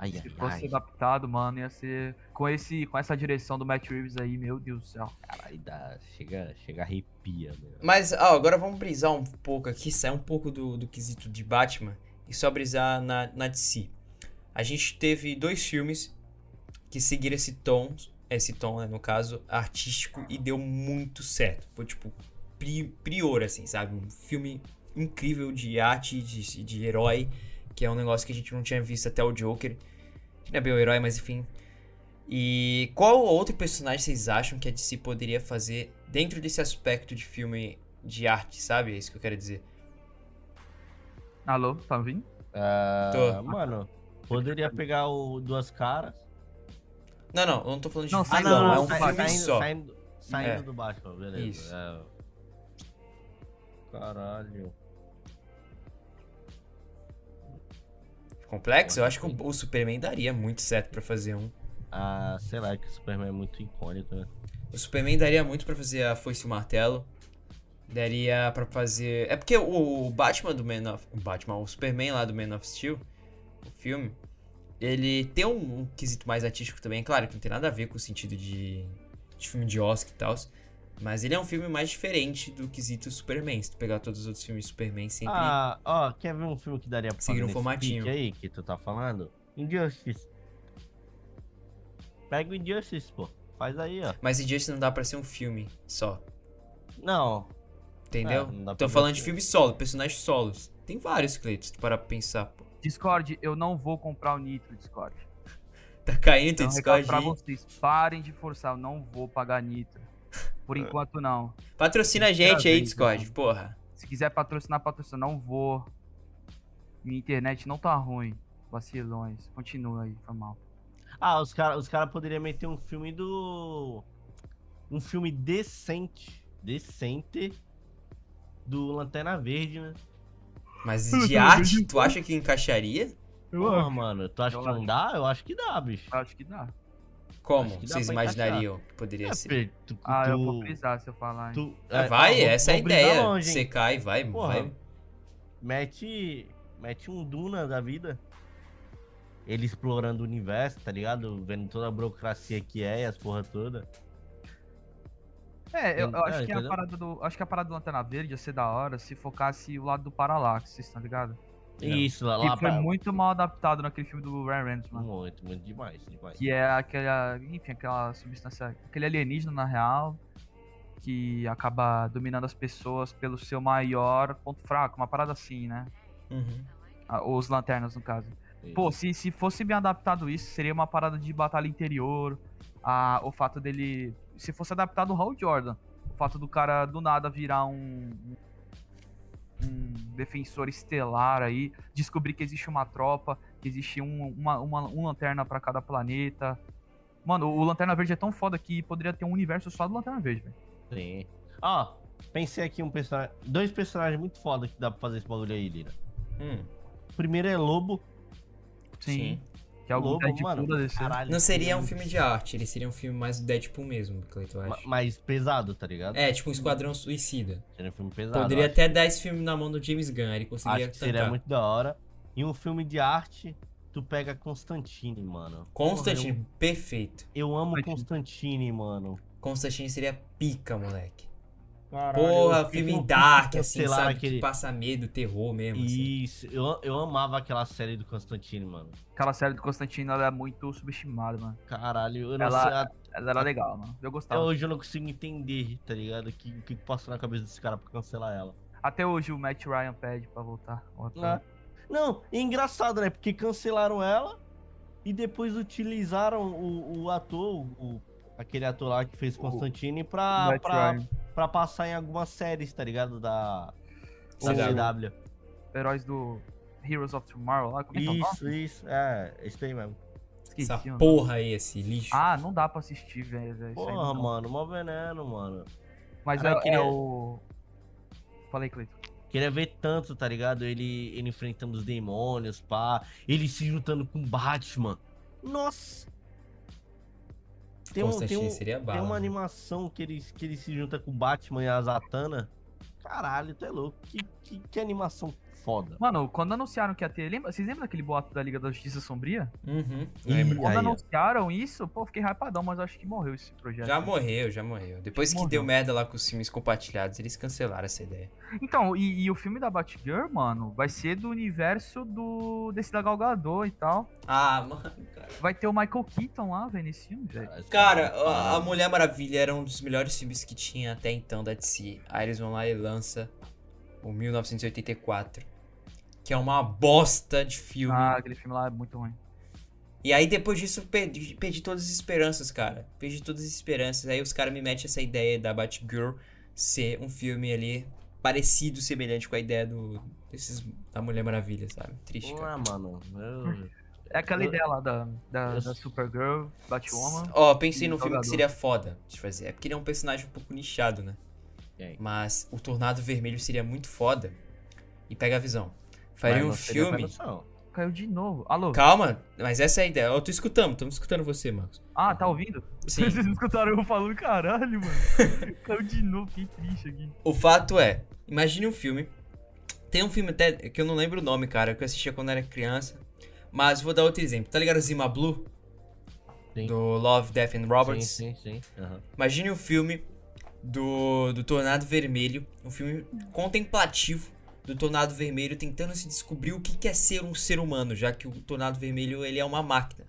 S3: Ai,
S1: Se
S3: ai,
S1: fosse
S3: ai.
S1: adaptado, mano, ia ser. Com, esse, com essa direção do Matt Reeves aí, meu Deus do céu.
S3: Caralho, dá- chega, chega arrepia, mano.
S2: Mas, ó, agora vamos brisar um pouco aqui, sair um pouco do, do quesito de Batman e só brisar na, na DC. A gente teve dois filmes que seguiram esse tom, esse tom, né, no caso, artístico e deu muito certo. Foi, tipo, pri- prior, assim, sabe? Um filme incrível de arte, de, de herói, que é um negócio que a gente não tinha visto até o Joker. Que não é bem o herói, mas enfim. E qual outro personagem vocês acham que a DC poderia fazer dentro desse aspecto de filme de arte, sabe? É isso que eu quero dizer.
S1: Alô, tá ouvindo?
S3: Ah,
S2: Tô.
S3: mano, poderia pegar o Duas Caras.
S2: Não, não, eu não tô falando de
S1: Não, sai
S2: vilão,
S1: do-
S2: é um
S1: sai-
S2: filme
S3: saindo,
S2: só.
S3: Saindo, saindo
S2: É.
S3: do Batman, beleza.
S2: Isso.
S3: É. Caralho.
S2: Complexo? Eu acho que o, o Superman daria muito certo pra fazer um.
S3: Ah, sei lá, que o Superman é muito icônico, né?
S2: O Superman daria muito pra fazer a Foice e o Martelo. Daria pra fazer. É porque o, o Batman do Man of. O Batman, o Superman lá do Man of Steel, o filme, ele tem um, um quesito mais artístico também. Claro que não tem nada a ver com o sentido de, de filme de Oscar e tal. Mas ele é um filme mais diferente do quesito Superman. Se tu pegar todos os outros filmes de Superman, sempre.
S3: Ah, ó, quer ver um filme que daria pra
S2: Seguir um
S3: nesse
S2: formatinho.
S3: pique aí que tu tá falando? Injustice. Pega o Injustice, pô. Faz aí, ó.
S2: Mas Injustice não dá pra ser um filme só.
S3: Não,
S2: Entendeu?
S3: É, não dá pra
S2: Tô
S3: ver
S2: falando
S3: o
S2: de
S3: filme.
S2: filme solo, personagens solos. Tem vários, Cleiton, se tu parar pra pensar. Pô.
S1: Discord, eu não vou comprar o Nitro, Discord.
S2: Tá caindo
S1: Então,
S2: teu
S1: um recado
S2: Discord
S1: pra
S2: aí.
S1: vocês, parem de forçar, eu não vou pagar Nitro. Por enquanto, não.
S2: Patrocina
S3: Tá
S2: a gente aí,
S3: então.
S2: Discord, porra.
S1: Se quiser patrocinar, patrocina. Não vou. Minha internet não tá ruim. Vacilões. Continua aí, foi mal.
S3: Ah, os caras os cara poderiam meter um filme do. Um filme decente. Decente. Do Lanterna Verde, né?
S2: Mas de arte, tu acha que encaixaria?
S3: Porra, mano, tu acha
S1: Eu
S3: que não
S1: acho.
S3: dá? Eu acho que dá, bicho.
S1: Acho que dá.
S2: Como
S3: Acho que dá
S2: vocês
S3: pra
S2: imaginariam que poderia
S3: É,
S2: ser?
S3: Pedro, tu-
S1: Ah, eu
S3: tu-
S1: vou precisar se eu falar. hein.
S3: tu-
S2: Ah,
S3: é,
S2: vai,
S3: ah, vou-
S2: essa é a
S3: vou brisar
S2: ideia.
S3: longe, hein?
S2: Você cai, vai,
S3: Porra.
S2: vai.
S3: Mete, mete um Duna da vida. Ele explorando o universo, tá ligado? Vendo toda a burocracia que é e as porra toda.
S1: É, eu, eu
S3: É,
S1: acho, que a
S3: entendeu?
S1: parada do, acho que a parada do Lanterna Verde ia ser da hora se focasse o lado do Paralaxis, tá ligado?
S2: Não.
S3: Isso, lá, lá
S1: que foi
S3: pra-
S1: muito mal adaptado naquele filme do Ryan Reynolds, mano.
S3: Muito, muito demais, demais.
S1: Que é aquela, enfim, aquela substância, aquele alienígena na real, que acaba dominando as pessoas pelo seu maior ponto fraco, uma parada assim, né?
S2: Uhum.
S1: Ah, Os lanternas, no caso.
S3: Isso.
S1: Pô, se, se fosse bem adaptado isso, seria uma parada de batalha interior. A, o fato dele. Se fosse adaptado o Hal Jordan. O fato do cara do nada virar um. Um defensor estelar aí. Descobrir que existe uma tropa. Que existe um, uma, uma- um lanterna pra cada planeta. Mano, o Lanterna Verde é tão foda que poderia ter um universo só do Lanterna Verde, velho.
S3: Sim. Ó, pensei aqui um personagem. Dois personagens muito foda que dá pra fazer esse bagulho aí, Lira.
S2: Hum,
S3: O primeiro é Lobo.
S2: sim.
S1: Que é algum
S3: Lobo,
S1: Deadpool
S3: mano.
S1: da DC.
S3: Caralho.
S2: Não seria um
S3: muito-
S2: filme de arte, ele seria um filme mais do Deadpool mesmo, Cleiton, eu
S3: ma-
S2: acho.
S3: mais pesado, tá ligado?
S2: É, tipo um Esquadrão Suicida.
S3: Seria um filme pesado.
S2: Poderia
S3: eu acho.
S2: até dar esse filme na mão do James Gunn, ele conseguia
S3: Acho que seria
S2: tancar.
S3: muito da hora. E um filme de arte, tu pega Constantine, mano.
S2: Constantine,
S3: né?
S2: perfeito.
S3: Eu amo
S1: Constantine.
S3: Constantine, mano.
S2: Constantine seria pica, moleque.
S3: Caralho,
S2: Porra,
S3: eu fiquei
S1: um
S2: filme
S3: tão
S2: dark,
S3: puto,
S2: assim,
S3: sei lá,
S2: sabe?
S3: aquele-
S2: Que passa medo, terror mesmo, assim.
S3: Isso, eu, eu amava aquela série do Constantine, mano.
S1: Aquela série do Constantino ela é muito subestimada, mano.
S3: Caralho, eu não
S1: Ela-
S3: sei, a-
S1: Ela era legal, mano. Eu
S3: até
S1: gostava.
S3: hoje eu não consigo entender, tá ligado? O que, o que passou na cabeça desse cara pra cancelar ela.
S1: Até hoje o Matt Ryan pede pra voltar. o ator.
S3: Né? Não, é engraçado, né? Porque cancelaram ela e depois utilizaram o, o ator, o- aquele ator lá que fez Constantine, pra,
S1: Matt
S3: Ah, pra,
S1: Ryan.
S3: pra passar em algumas séries, tá ligado? Da
S2: CW.
S3: CW.
S1: Heróis do Heroes of Tomorrow lá. Como é que é o nome?
S3: Isso, isso. É, isso aí mesmo.
S1: Esqueci,
S2: Essa
S1: mano.
S2: porra aí, esse lixo.
S1: Ah, não dá pra assistir, velho. velho, isso aí
S3: Porra,
S1: não dá.
S3: mano, mó veneno, mano.
S1: Mas
S3: Cara, eu
S1: é,
S3: queria-
S1: é o. Falei, Cleiton.
S3: Queria ver tanto, tá ligado? Ele, ele enfrentando os demônios, pá. Ele se juntando com Batman. Nossa! Tem, um, tem,
S2: Constantine
S3: um,
S2: seria bala.
S3: tem uma
S2: né?
S3: animação que ele, que ele se junta com Batman e a Zatanna. Caralho, tu é louco. Que, que, que animação foda.
S1: Mano, quando anunciaram que ia ter. Lembra... Vocês lembram daquele boato da Liga da Justiça Sombria?
S2: Uhum, lembro.
S3: E
S1: Quando
S3: aí, ó.
S1: anunciaram isso, pô, fiquei hypadão, mas acho que morreu esse projeto.
S2: Já morreu, já morreu. Depois que
S1: Morreu.
S2: deu merda lá com os filmes compartilhados, eles cancelaram essa ideia.
S1: Então, e, e o filme da Batgirl, mano, vai ser do universo do. desse da Gal Gadot e tal.
S2: Ah, mano, cara.
S1: Vai ter o Michael Keaton lá, velho, nesse filme, velho.
S3: Caralho, esse
S2: Cara,
S3: é
S2: a- a
S3: foda.
S2: Mulher Maravilha era um dos melhores filmes que tinha até então da DC. Aí eles vão lá e lança o 1984, que é uma bosta de filme.
S1: Ah, aquele filme lá é muito ruim.
S2: E aí depois disso eu perdi, perdi todas as esperanças, cara. Perdi todas as esperanças. Aí os caras me metem essa ideia da Batgirl ser um filme ali parecido, semelhante com a ideia do desses da Mulher Maravilha, sabe? Triste, cara.
S3: Porra, mano. eu-
S1: É aquela
S3: eu-
S1: ideia lá da, da,
S3: eu-
S1: da Supergirl, Batwoman.
S2: Ó, pensei
S1: e
S2: num filme
S1: jogador.
S2: que seria foda de fazer. É porque ele é um personagem um pouco nichado, né?
S3: É.
S2: Mas o Tornado Vermelho seria muito foda. E pega a visão.
S3: mas
S2: Faria um
S3: não seria
S2: filme.
S3: produção.
S1: Caiu de novo. Alô?
S2: Calma, mas essa é a ideia. Eu tô escutando, tô escutando você, Marcos.
S1: Ah, tá ouvindo?
S2: Sim.
S1: Vocês escutaram eu falando, caralho, mano. Caiu de novo, que triste aqui.
S2: O fato é, imagine um filme. Tem um filme até que eu não lembro o nome, cara, que eu assistia quando era criança. Mas vou dar outro exemplo. Tá ligado o Zima Blue?
S3: Sim.
S2: Do Love, Death and Robots?
S3: Sim, sim, sim. Aham.
S2: Imagine um filme do, do Tornado Vermelho, um filme contemplativo do Tornado Vermelho tentando se descobrir o que que é ser um ser humano, já que o Tornado Vermelho ele é uma máquina.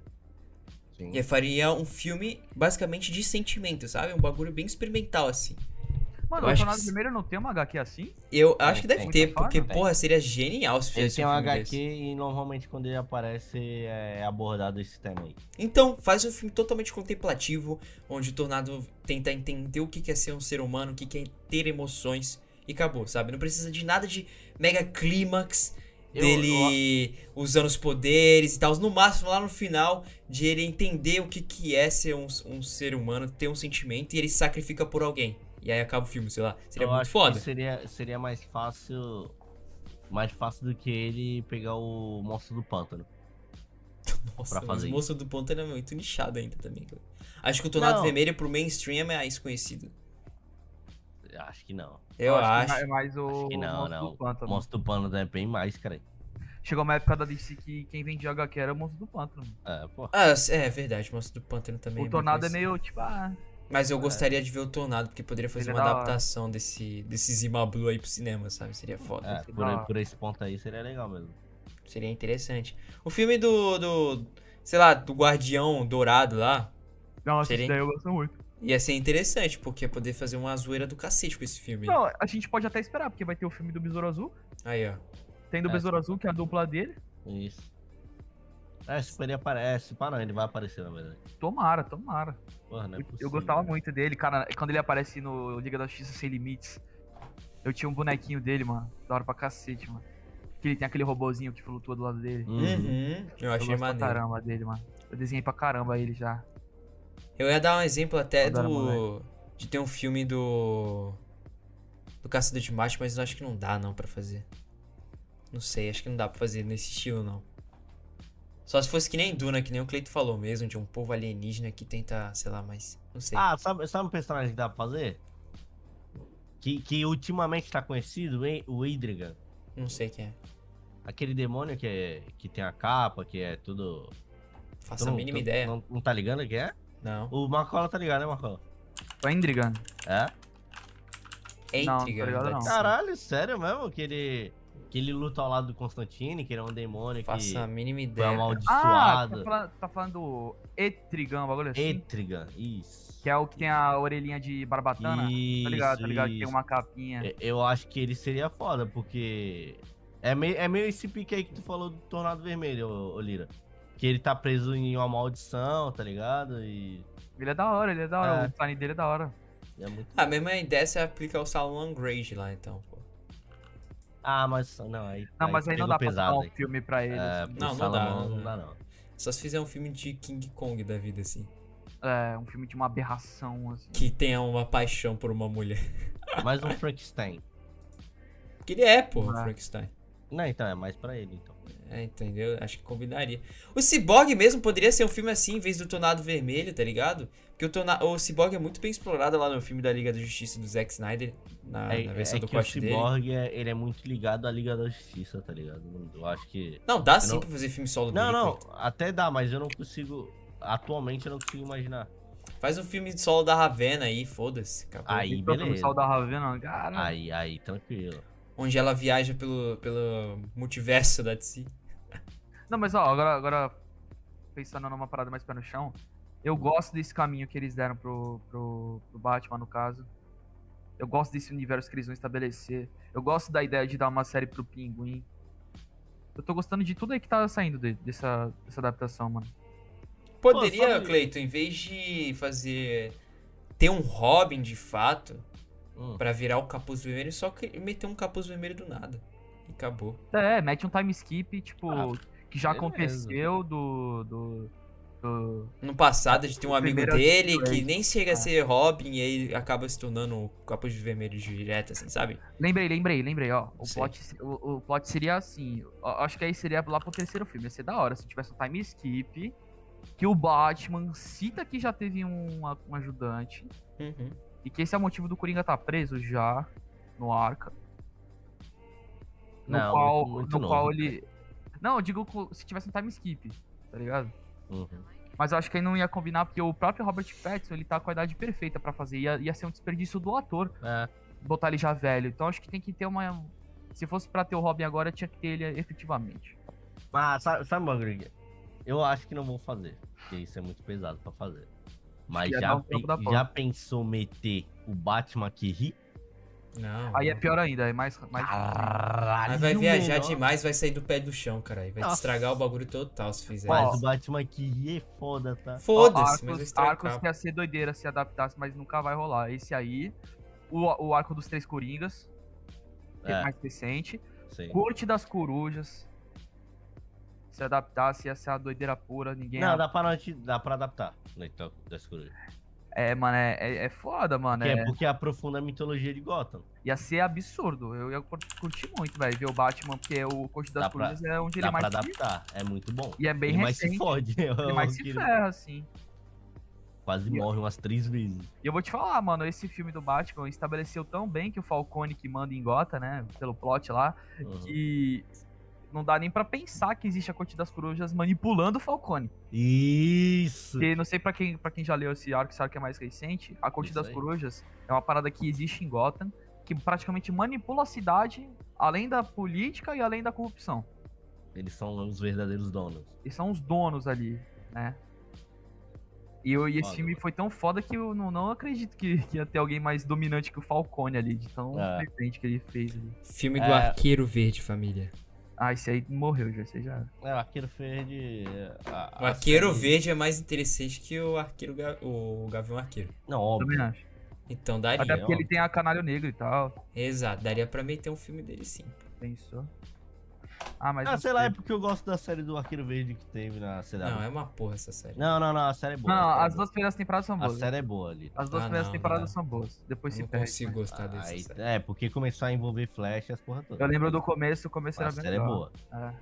S3: Sim.
S2: E aí faria um filme basicamente de sentimento, sabe? Um bagulho bem experimental assim.
S1: Mano,
S2: Eu
S1: o
S2: acho
S1: Tornado
S2: que-
S1: Vermelho não tem uma HQ assim?
S2: Eu acho que
S3: tem.
S2: deve
S1: Muita
S2: ter, porque,
S1: forma,
S3: tem.
S2: porra, seria genial se
S3: Ele
S2: fizesse
S3: tem um
S2: filme
S3: HQ
S2: desse.
S3: e normalmente quando ele aparece é abordado esse tema aí.
S2: Então, faz um filme totalmente contemplativo, onde o Tornado tenta entender o que que é ser um ser humano, o que que é ter emoções, e acabou, sabe? Não precisa de nada de mega clímax,
S3: Eu-
S2: dele usando os poderes e tal. No máximo, lá no final, de ele entender o que que é ser um, um ser humano, ter um sentimento, e ele se sacrifica por alguém. E aí acaba o filme, sei lá. Seria
S3: Eu
S2: muito
S3: acho
S2: foda.
S3: que Seria, seria mais fácil. Mais fácil do que ele pegar o monstro do pântano.
S2: Nossa,
S3: pra
S2: mas
S3: fazer
S2: o
S3: isso.
S2: Monstro do Ponto era muito nichado ainda também. cara. Acho que o Tornado
S3: Não.
S2: Vermelho pro mainstream é mais conhecido.
S3: Eu Acho que não.
S2: Eu
S1: que
S2: acho.
S1: é mais o
S3: acho que não,
S1: Monstro
S3: não.
S1: do Pântano.
S3: Monstro do pântano é bem mais, cara.
S1: Chegou uma época da DC que quem vendia HQ era o Monstro do Pântano.
S3: É, pô.
S2: Ah, é verdade, o Monstro do Pântano também.
S1: o
S2: bem
S1: Tornado é
S2: conhecido.
S1: meio tipo, ah,
S2: Mas eu gostaria de ver o Tornado, porque poderia fazer
S1: Ele é
S2: uma
S1: da hora.
S2: adaptação desse, desse Zima Blue aí pro cinema, sabe? Seria foda.
S3: É,
S1: sei
S3: por,
S1: lá.
S3: por esse ponto aí seria legal mesmo.
S2: Seria interessante. O filme do, do. Sei lá, do Guardião Dourado lá.
S1: nossa,
S2: Seria,
S1: isso
S2: hein?
S1: daí eu gosto muito.
S2: Ia ser interessante, porque ia poder fazer uma zoeira do cacete com esse filme.
S1: Não, a gente pode até esperar, porque vai ter o filme do Besouro Azul.
S2: Aí, ó.
S1: Tem do
S3: É,
S1: Besouro Azul, que é a dupla dele.
S3: Isso. É, se ele aparece. Para não, ele vai aparecer na verdade.
S1: Tomara, tomara.
S3: Porra, não é
S1: Eu-
S3: possível.
S1: eu gostava muito dele, cara. Quando ele aparece no Liga da Justiça Sem Limites, eu tinha um bonequinho dele, mano. Da hora pra cacete, mano. Que ele tem aquele robozinho que flutua do lado dele.
S3: Uhum.
S2: Uhum, Eu achei
S1: eu gosto
S2: maneiro.
S1: pra caramba dele, mano. Eu desenhei pra caramba ele já.
S2: Eu ia dar um exemplo até
S1: Adoro,
S2: do. De ter um filme do. Do Caçador de Marte, mas eu acho que não dá não pra fazer. Não sei, acho que não dá pra fazer nesse estilo não. Só se fosse que nem Duna, que nem o Cleito falou mesmo, de um povo alienígena que tenta, sei lá, mas. Não sei.
S3: Ah, sabe, sabe um personagem que dá pra fazer? Que, que ultimamente tá conhecido, hein? o Hydrigan.
S2: Não sei quem é.
S3: Aquele demônio que, é, que tem a capa, que é tudo.
S2: Faço
S3: Tu não-
S2: a mínima
S3: tu-
S2: ideia.
S3: Não, não tá ligando quem é?
S2: Não.
S3: O Marcola tá ligado, né, Marcola?
S1: Tá intrigando.
S3: É?
S2: É
S1: Não, não tô
S2: intriga.
S1: ligado,
S2: deve
S1: não.
S2: ser.
S3: Caralho, sério mesmo? Que ele, que ele luta ao lado do Constantine, que ele é um demônio
S2: Faço a
S3: que
S2: mínima
S3: foi
S2: ideia. cara.
S1: Ah,
S3: amaldiçoado.
S1: tá falando, tá falando do Etrigan, o bagulho assim.
S3: Etrigan, isso.
S1: Que é o que tem a orelhinha de barbatana.
S3: isso,
S1: tá ligado, tá ligado? Que tem
S3: isso. É.
S1: uma capinha.
S3: Eu- Eu acho que ele seria foda, porque. É meio, é meio esse pique aí que tu falou do Tornado Vermelho, ô, ô Lira. Que ele tá preso em uma maldição, tá ligado? E.
S1: Ele é da hora, ele é da hora.
S3: É.
S1: O design dele é da hora.
S3: e É muito...
S2: Ah, A mesma ideia se aplica ao Salomon Grade lá, então. pô.
S3: Ah, mas. Não, aí.
S1: Não, mas aí não
S3: pegou
S1: dá pra dar
S3: pesado.
S1: um
S3: aí.
S1: filme pra ele.
S3: É,
S1: assim.
S3: pro
S2: Não, não dá,
S3: Salomão
S2: não
S3: não
S2: dá.
S3: dá, não.
S2: Só se fizer um filme de King Kong da vida, assim.
S1: É, um filme de uma aberração, assim.
S2: Que tenha uma paixão por uma mulher.
S3: Mais um Frankenstein.
S2: Porque ele é, pô, o
S1: Ah.
S2: Frankenstein.
S3: Não, então, é mais pra ele, então.
S2: É, entendeu? Acho que combinaria. O Cyborg mesmo poderia ser um filme assim, em vez do Tornado Vermelho, tá ligado? Porque o, torna... o Cyborg é muito bem explorado lá no filme da Liga da Justiça do Zack Snyder, na,
S3: é,
S2: Ah, na versão
S3: é
S2: do
S3: que o
S2: corte dele.
S3: Cyborg, é, ele é muito ligado à Liga da Justiça, tá ligado? Eu acho que.
S2: Não, dá sim
S3: não-
S2: pra fazer filme solo
S3: Não,
S2: dele.
S3: não,
S2: pô.
S3: até dá, mas eu não consigo. Atualmente eu não consigo imaginar.
S2: Faz um filme solo da Ravena aí, foda-se, acabou.
S3: Aí,
S1: Então, o
S3: beleza.
S1: pessoal da Ravena,
S2: Hum.
S1: cara.
S3: Aí, aí, tranquilo.
S2: Onde ela viaja pelo, pelo multiverso da DC.
S1: Não, mas ó, agora, agora pensando numa parada mais pé no chão, eu gosto desse caminho que eles deram pro, pro, pro Batman, no caso. Eu gosto desse universo que eles vão estabelecer. Eu gosto da ideia de dar uma série pro Pinguim. Eu tô gostando de tudo aí que tá saindo de- dessa, dessa adaptação, mano.
S2: Poderia,
S3: sabe-
S2: Cleiton, em vez de fazer. ter um Robin de fato,
S3: Hum.
S2: Pra virar o capuz vermelho, só que meter um capuz vermelho do nada. E acabou.
S1: É, mete um time skip, tipo,
S3: Ah,
S1: que já
S3: beleza.
S1: aconteceu do. do. do-
S2: No passado, a gente tem um
S1: O
S2: amigo
S1: primeiro
S2: dele
S1: assistente.
S2: que nem chega a
S1: Ah.
S2: ser Robin e aí acaba se tornando o capuz vermelho direto, assim, sabe?
S1: Lembrei, lembrei, lembrei, ó. O
S2: Sei.
S1: plot, se- o, o plot seria assim. ó, Acho que aí seria lá pro terceiro filme. Ia ser da hora se tivesse um time skip. Que o Batman cita que já teve um, a- um ajudante.
S2: Uhum.
S1: E que esse é o motivo do Coringa tá preso já no arca. No
S3: Não,
S1: qual,
S3: muito- muito
S1: no
S3: novo, né?
S1: qual
S3: cara.
S1: ele. Não, eu digo co- se tivesse um time skip, tá ligado?
S3: Uhum.
S1: Mas eu acho que aí não ia combinar, porque o próprio Robert Pattinson, ele tá com a idade perfeita pra fazer. Ia, ia ser um desperdício do ator
S3: É.
S1: botar ele já velho. Então acho que tem que ter uma... Se fosse pra ter o Robin agora, tinha que ter ele efetivamente.
S3: Mas sabe, sabe Magrig? Eu acho que não vou fazer. Porque isso é muito pesado pra fazer. Mas
S1: Ia dar
S3: já,
S1: um
S3: pe-
S1: trampo da
S3: já pensou meter o Batman que ri?
S2: Não.
S1: Aí é pior ainda, é mais. mais...
S3: Ah, Caralho,
S2: Mas vai viajar
S3: melhor.
S2: demais, vai sair do pé do chão, cara. E vai
S3: Nossa.
S2: estragar o bagulho total se fizer
S3: Mas
S1: Ó.
S3: o
S2: isso.
S3: Batman aqui é foda, tá?
S2: Foda-se, mas tá vai
S1: Arcos,
S2: estragar.
S1: Arcos ia ser doideira se adaptasse, mas nunca vai rolar. Esse aí, o, o arco dos três coringas, que é,
S3: É,
S1: mais recente.
S3: sei.
S1: Corte das corujas. Se adaptasse, ia ser a doideira pura, ninguém.
S3: Não, dá pra, noti- dá pra adaptar. né, então, das coisas.
S1: É, mano, é, é, é foda, mano.
S3: Que
S1: É,
S3: é porque aprofunda a mitologia de Gotham.
S1: Ia ser absurdo. Eu ia cur- curtir muito, velho, ver o Batman, porque o Corte das
S3: Dá pra-
S1: Corujas é onde ele
S3: Dá pra
S1: mais. se-
S3: adaptar. É muito bom.
S1: E é bem
S3: ele mais se
S1: recente.
S3: fode.
S1: Ele é mais se
S3: Ele
S1: ferra, assim.
S3: Quase morre umas três vezes.
S1: E eu vou te falar, mano, esse filme do Batman estabeleceu tão bem que o Falcone que manda em Gota, né, pelo plot lá,
S3: Uhum.
S1: que não dá nem pra pensar que existe a Corte das Corujas manipulando o Falcone.
S3: Isso!
S1: Porque não sei pra quem, pra quem já leu esse arco, esse arco é mais recente, a Corte
S3: Isso
S1: das
S3: aí.
S1: Corujas é uma parada que existe em Gotham, que praticamente manipula a cidade, além da política e além da corrupção.
S3: Eles são os verdadeiros donos.
S1: Eles são os donos ali, né? E, eu, e esse
S3: Foda,
S1: filme
S3: mano.
S1: foi tão foda que eu não, não acredito que, que ia ter alguém mais dominante que o Falcone ali, de tão
S3: É.
S1: presente que ele fez ali.
S2: Filme do
S3: É.
S2: Arqueiro Verde, família.
S1: Ah, esse aí morreu já, esse já.
S3: É, o Arqueiro Verde. a-
S2: O
S3: a
S2: Arqueiro
S3: série-
S2: Verde é mais interessante que o Arqueiro Ga- o Gavião Arqueiro.
S3: Não,
S1: Eu Também
S3: óbvio.
S1: acho.
S2: Então daria.
S1: Até porque
S3: ó.
S1: ele tem a Canário Negro e tal.
S2: Exato, daria pra meter um filme dele sim.
S1: Pensou. Ah, mas.
S3: Ah,
S1: não
S3: sei lá, é
S1: Não,
S3: porque eu gosto da série do Arqueiro Verde que teve na CW.
S2: Não, é uma porra essa série.
S3: Não, não, não, a série é boa.
S1: não,
S3: a série
S1: as
S3: é
S1: duas primeiras temporadas são
S3: boa. A
S1: boas. né?
S3: série é boa ali.
S1: As duas
S2: Ah,
S1: primeiras
S2: não,
S1: temporadas
S2: não.
S1: são boas. Depois se
S2: não
S1: perde.
S2: consigo gostar dessa
S3: Aí-
S2: série.
S3: é, porque começou a envolver Flash e as porra todas.
S1: Eu lembro do começo, o começo
S3: A
S1: era bem
S3: série é
S1: legal.
S3: boa.
S1: É.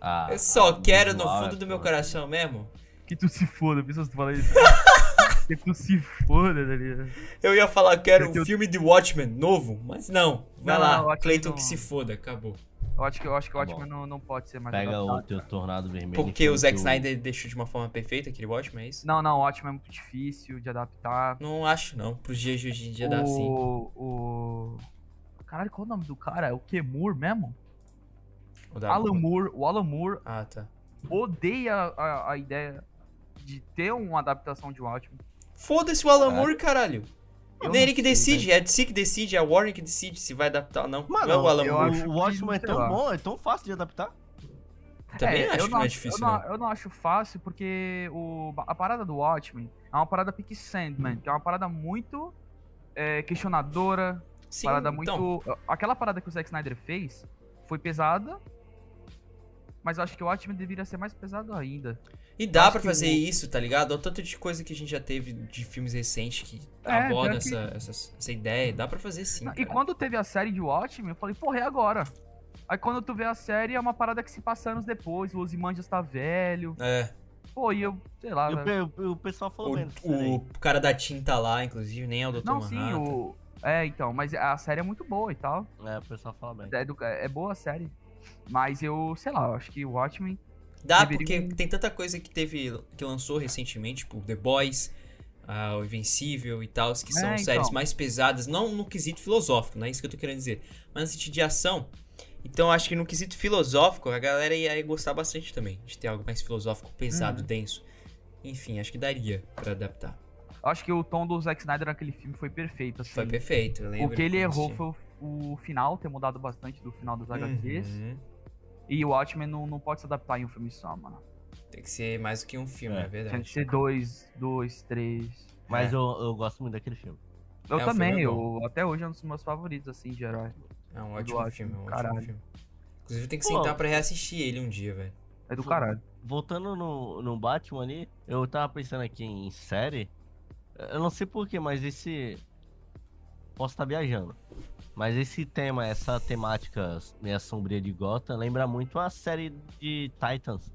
S3: Ah,
S2: Eu só quero no
S3: visual, é
S2: fundo do meu
S3: porra.
S2: coração mesmo.
S1: Que tu se foda, pessoas tu fala isso. que tu se foda, tá ligado?
S2: Eu ia falar que era
S1: Porque
S2: um
S1: eu-
S2: filme de Watchmen novo, mas não. Vai
S1: Não,
S2: lá,
S1: não, Watchmen
S2: Clayton
S1: não.
S2: que se foda, acabou.
S1: Eu acho que, eu acho que o
S3: Tá
S1: Watchmen não, não pode ser mais
S3: Pega o
S1: adaptado.
S3: teu tornado vermelho.
S2: Porque o
S3: enfim,
S2: Zack
S3: teu-
S2: Snyder deixou de uma forma perfeita aquele Watchmen, é isso?
S1: Não, não, o Watchmen é muito difícil de adaptar.
S2: Não acho não, pros dias de hoje em dia dá sim.
S1: o, o. Caralho, qual o nome do cara? É o que? Moore mesmo?
S2: O
S3: Tá
S2: da-
S1: Alan Moore. O Alan Moore
S2: Ah, tá.
S1: odeia a, a ideia de ter uma adaptação de Watchmen.
S2: Foda-se o Alan
S3: Caraca.
S2: Moore, caralho.
S3: Eu
S2: Nem
S3: não
S2: ele que
S3: sei,
S2: decide, é a DC que decide, é a Warren que decide se vai adaptar ou não.
S3: Mano,
S2: não é o Alan
S1: eu
S2: Moore.
S1: acho que-
S3: o Watchmen é
S1: sei
S3: tão
S1: lá.
S3: bom, é tão fácil de adaptar.
S2: Também
S1: É,
S2: acho
S1: eu
S2: que não é
S1: acho-
S2: difícil,
S1: eu não,
S2: não.
S1: eu não acho fácil porque o, a parada do Watchmen é uma parada pique Sandman, que é uma parada muito é, questionadora,
S2: Sim,
S1: parada
S2: então,
S1: muito. Aquela parada que o Zack Snyder fez foi pesada. Mas eu acho que o Watchmen deveria ser mais pesado ainda.
S2: E dá
S1: acho
S2: pra
S1: que
S2: fazer
S1: o-
S2: isso, tá ligado? Olha o tanto de coisa que a gente já teve de filmes recentes que
S1: É,
S2: abordam
S1: pior que-
S2: essa, essa, essa ideia. Dá pra fazer sim.
S1: e
S2: cara.
S1: quando teve a série de Watchmen, eu falei, porra, é agora. Aí quando tu vê a série, é uma parada que se passa anos depois, o Ozymandias tá velho.
S2: É,
S1: Pô, e eu, sei lá,
S3: E o
S1: velho.
S3: pe- o, pessoal falou menos.
S2: o, o cara da tinta lá, inclusive, nem é o Dr.
S1: Não,
S2: Manhattan.
S1: sim, o. É, então, mas a série é muito boa e tal.
S3: É, o pessoal fala bem.
S1: É, do- é boa a série. Mas eu, sei lá, eu acho que o Watchmen.
S2: Dá, porque
S1: Deveriam-
S2: tem tanta coisa que teve, que lançou recentemente, tipo The Boys, ah, O Invencível e tal, que
S1: É,
S2: são
S1: então.
S2: séries mais pesadas, não no quesito filosófico, não é isso que eu tô querendo dizer, mas no sentido de ação. Então acho que no quesito filosófico a galera ia gostar bastante também, de ter algo mais filosófico, pesado,
S1: Uhum.
S2: denso. Enfim, acho que daria pra adaptar.
S1: Eu acho que o tom do Zack Snyder naquele filme foi perfeito, assim.
S2: Foi perfeito, eu
S1: O
S2: lembro.
S1: que ele
S2: quando
S1: errou
S2: assisti.
S1: foi o, o final, ter mudado bastante do final dos HQs.
S2: Uhum.
S1: E o Watchmen não, não pode se adaptar em um filme só, mano.
S2: Tem que ser mais do que um filme, é,
S3: É,
S1: Tem que
S2: verdade.
S1: ser dois, dois, três.
S3: Mas
S2: é,
S3: eu, eu gosto muito daquele filme.
S1: Eu
S2: É, o
S1: também,
S2: filme é
S1: eu, até hoje é um dos meus favoritos, assim, de herói.
S2: é um
S1: eu
S2: ótimo
S1: acho,
S2: filme, é um ótimo
S1: caralho.
S2: filme. Inclusive tem que
S3: Pô.
S2: sentar pra reassistir ele um dia, velho.
S1: É do
S3: Sim.
S1: caralho.
S3: Voltando no, no Batman ali, eu tava pensando aqui em série. Eu não sei porquê, mas esse. Posso estar viajando. Mas esse tema, essa temática meio sombria de Gotham, lembra muito a série de Titans.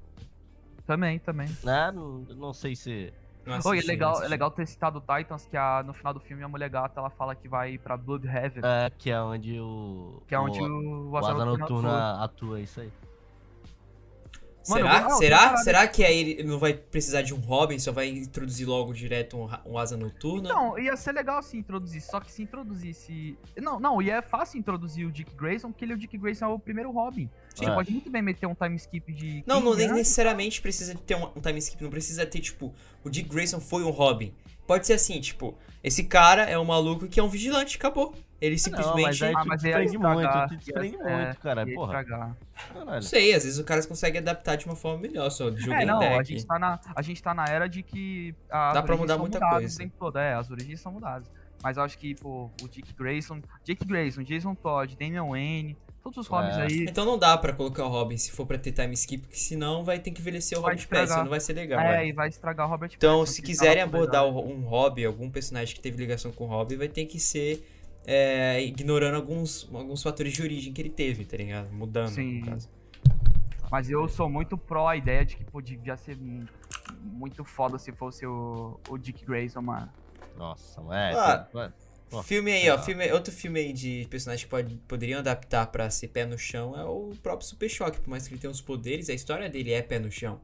S1: Também, também.
S3: Né? Não, não sei se.
S2: Não
S1: Oi, é
S2: assisti, não
S1: legal, é
S2: assisti.
S1: legal ter citado o Titans, que a- no final do filme a mulher gata ela fala que vai pra Blood Heaven,
S3: É, que é onde o.
S1: que é
S3: o-
S1: onde o,
S3: o Asa
S1: atua.
S3: Noturna atua, é isso aí.
S1: Mano,
S2: Será?
S1: eu vou- ah,
S2: Será?
S1: caralho.
S2: Será que aí ele não vai precisar de um Robin, só vai introduzir logo direto um, ra- um asa noturna?
S1: Não, ia ser legal se introduzir, só que se introduzisse. Não, não, e é fácil introduzir o Dick Grayson, porque ele, o Dick Grayson é o primeiro Robin. Você
S3: É.
S1: pode muito bem meter um time skip de.
S2: Não, não,
S1: 15
S2: nem
S1: anos.
S2: necessariamente precisa de ter um, um time skip, não precisa ter, tipo, o Dick Grayson foi um Robin. Pode ser assim, tipo, esse cara é um maluco que é um vigilante, acabou. Ele
S3: Não, mas
S2: simplesmente.
S3: aí
S1: Ah,
S3: tu
S1: mas ia
S3: desprende
S1: estragar,
S3: muito, tu
S1: ia-
S3: desprende
S1: é,
S3: muito, cara.
S1: ia
S3: Porra,
S1: estragar.
S2: Não
S3: caralho.
S2: sei, às vezes os caras conseguem adaptar de uma forma melhor, só de jogo
S1: É,
S2: em
S1: não, a
S2: um deck.
S1: gente, tá na, a gente tá na era de que as
S2: Dá pra
S1: origens
S2: mudar
S1: são
S2: muita
S1: mudadas
S2: coisa.
S1: o tempo todo. É, as origens são mudadas. Mas eu acho que, pô, o Dick Grayson, Jake Grayson, Jason Todd, Damian Wayne, todos os hobbies
S3: É.
S1: aí.
S2: Então não dá pra colocar o Robin se for pra ter time skip, porque senão vai ter que envelhecer o
S1: Vai
S2: Robin Pattinson,
S1: estragar.
S2: não vai ser legal.
S1: É,
S2: né?
S1: e vai estragar o Robert
S2: Então,
S1: Pattinson,
S2: se
S1: que tá
S2: quiserem
S1: na
S2: abordar
S1: puberdade.
S2: um hobby, algum personagem que teve ligação com o hobby, vai ter que ser é, ignorando alguns, alguns fatores de origem que ele teve, tá ligado? Mudando,
S1: Sim.
S2: no caso.
S1: Mas eu sou muito pró a ideia de que podia ser mu- muito foda se fosse o, o Dick Grayson, mano.
S3: Nossa, é.
S2: Ah.
S3: tem- Ó, é
S2: filme aí, ó.
S3: legal.
S2: filme- outro filme aí de personagens que pode- poderiam adaptar pra ser pé no chão é o próprio Super Choque. Por mais que ele tenha os poderes, a história dele é pé no chão.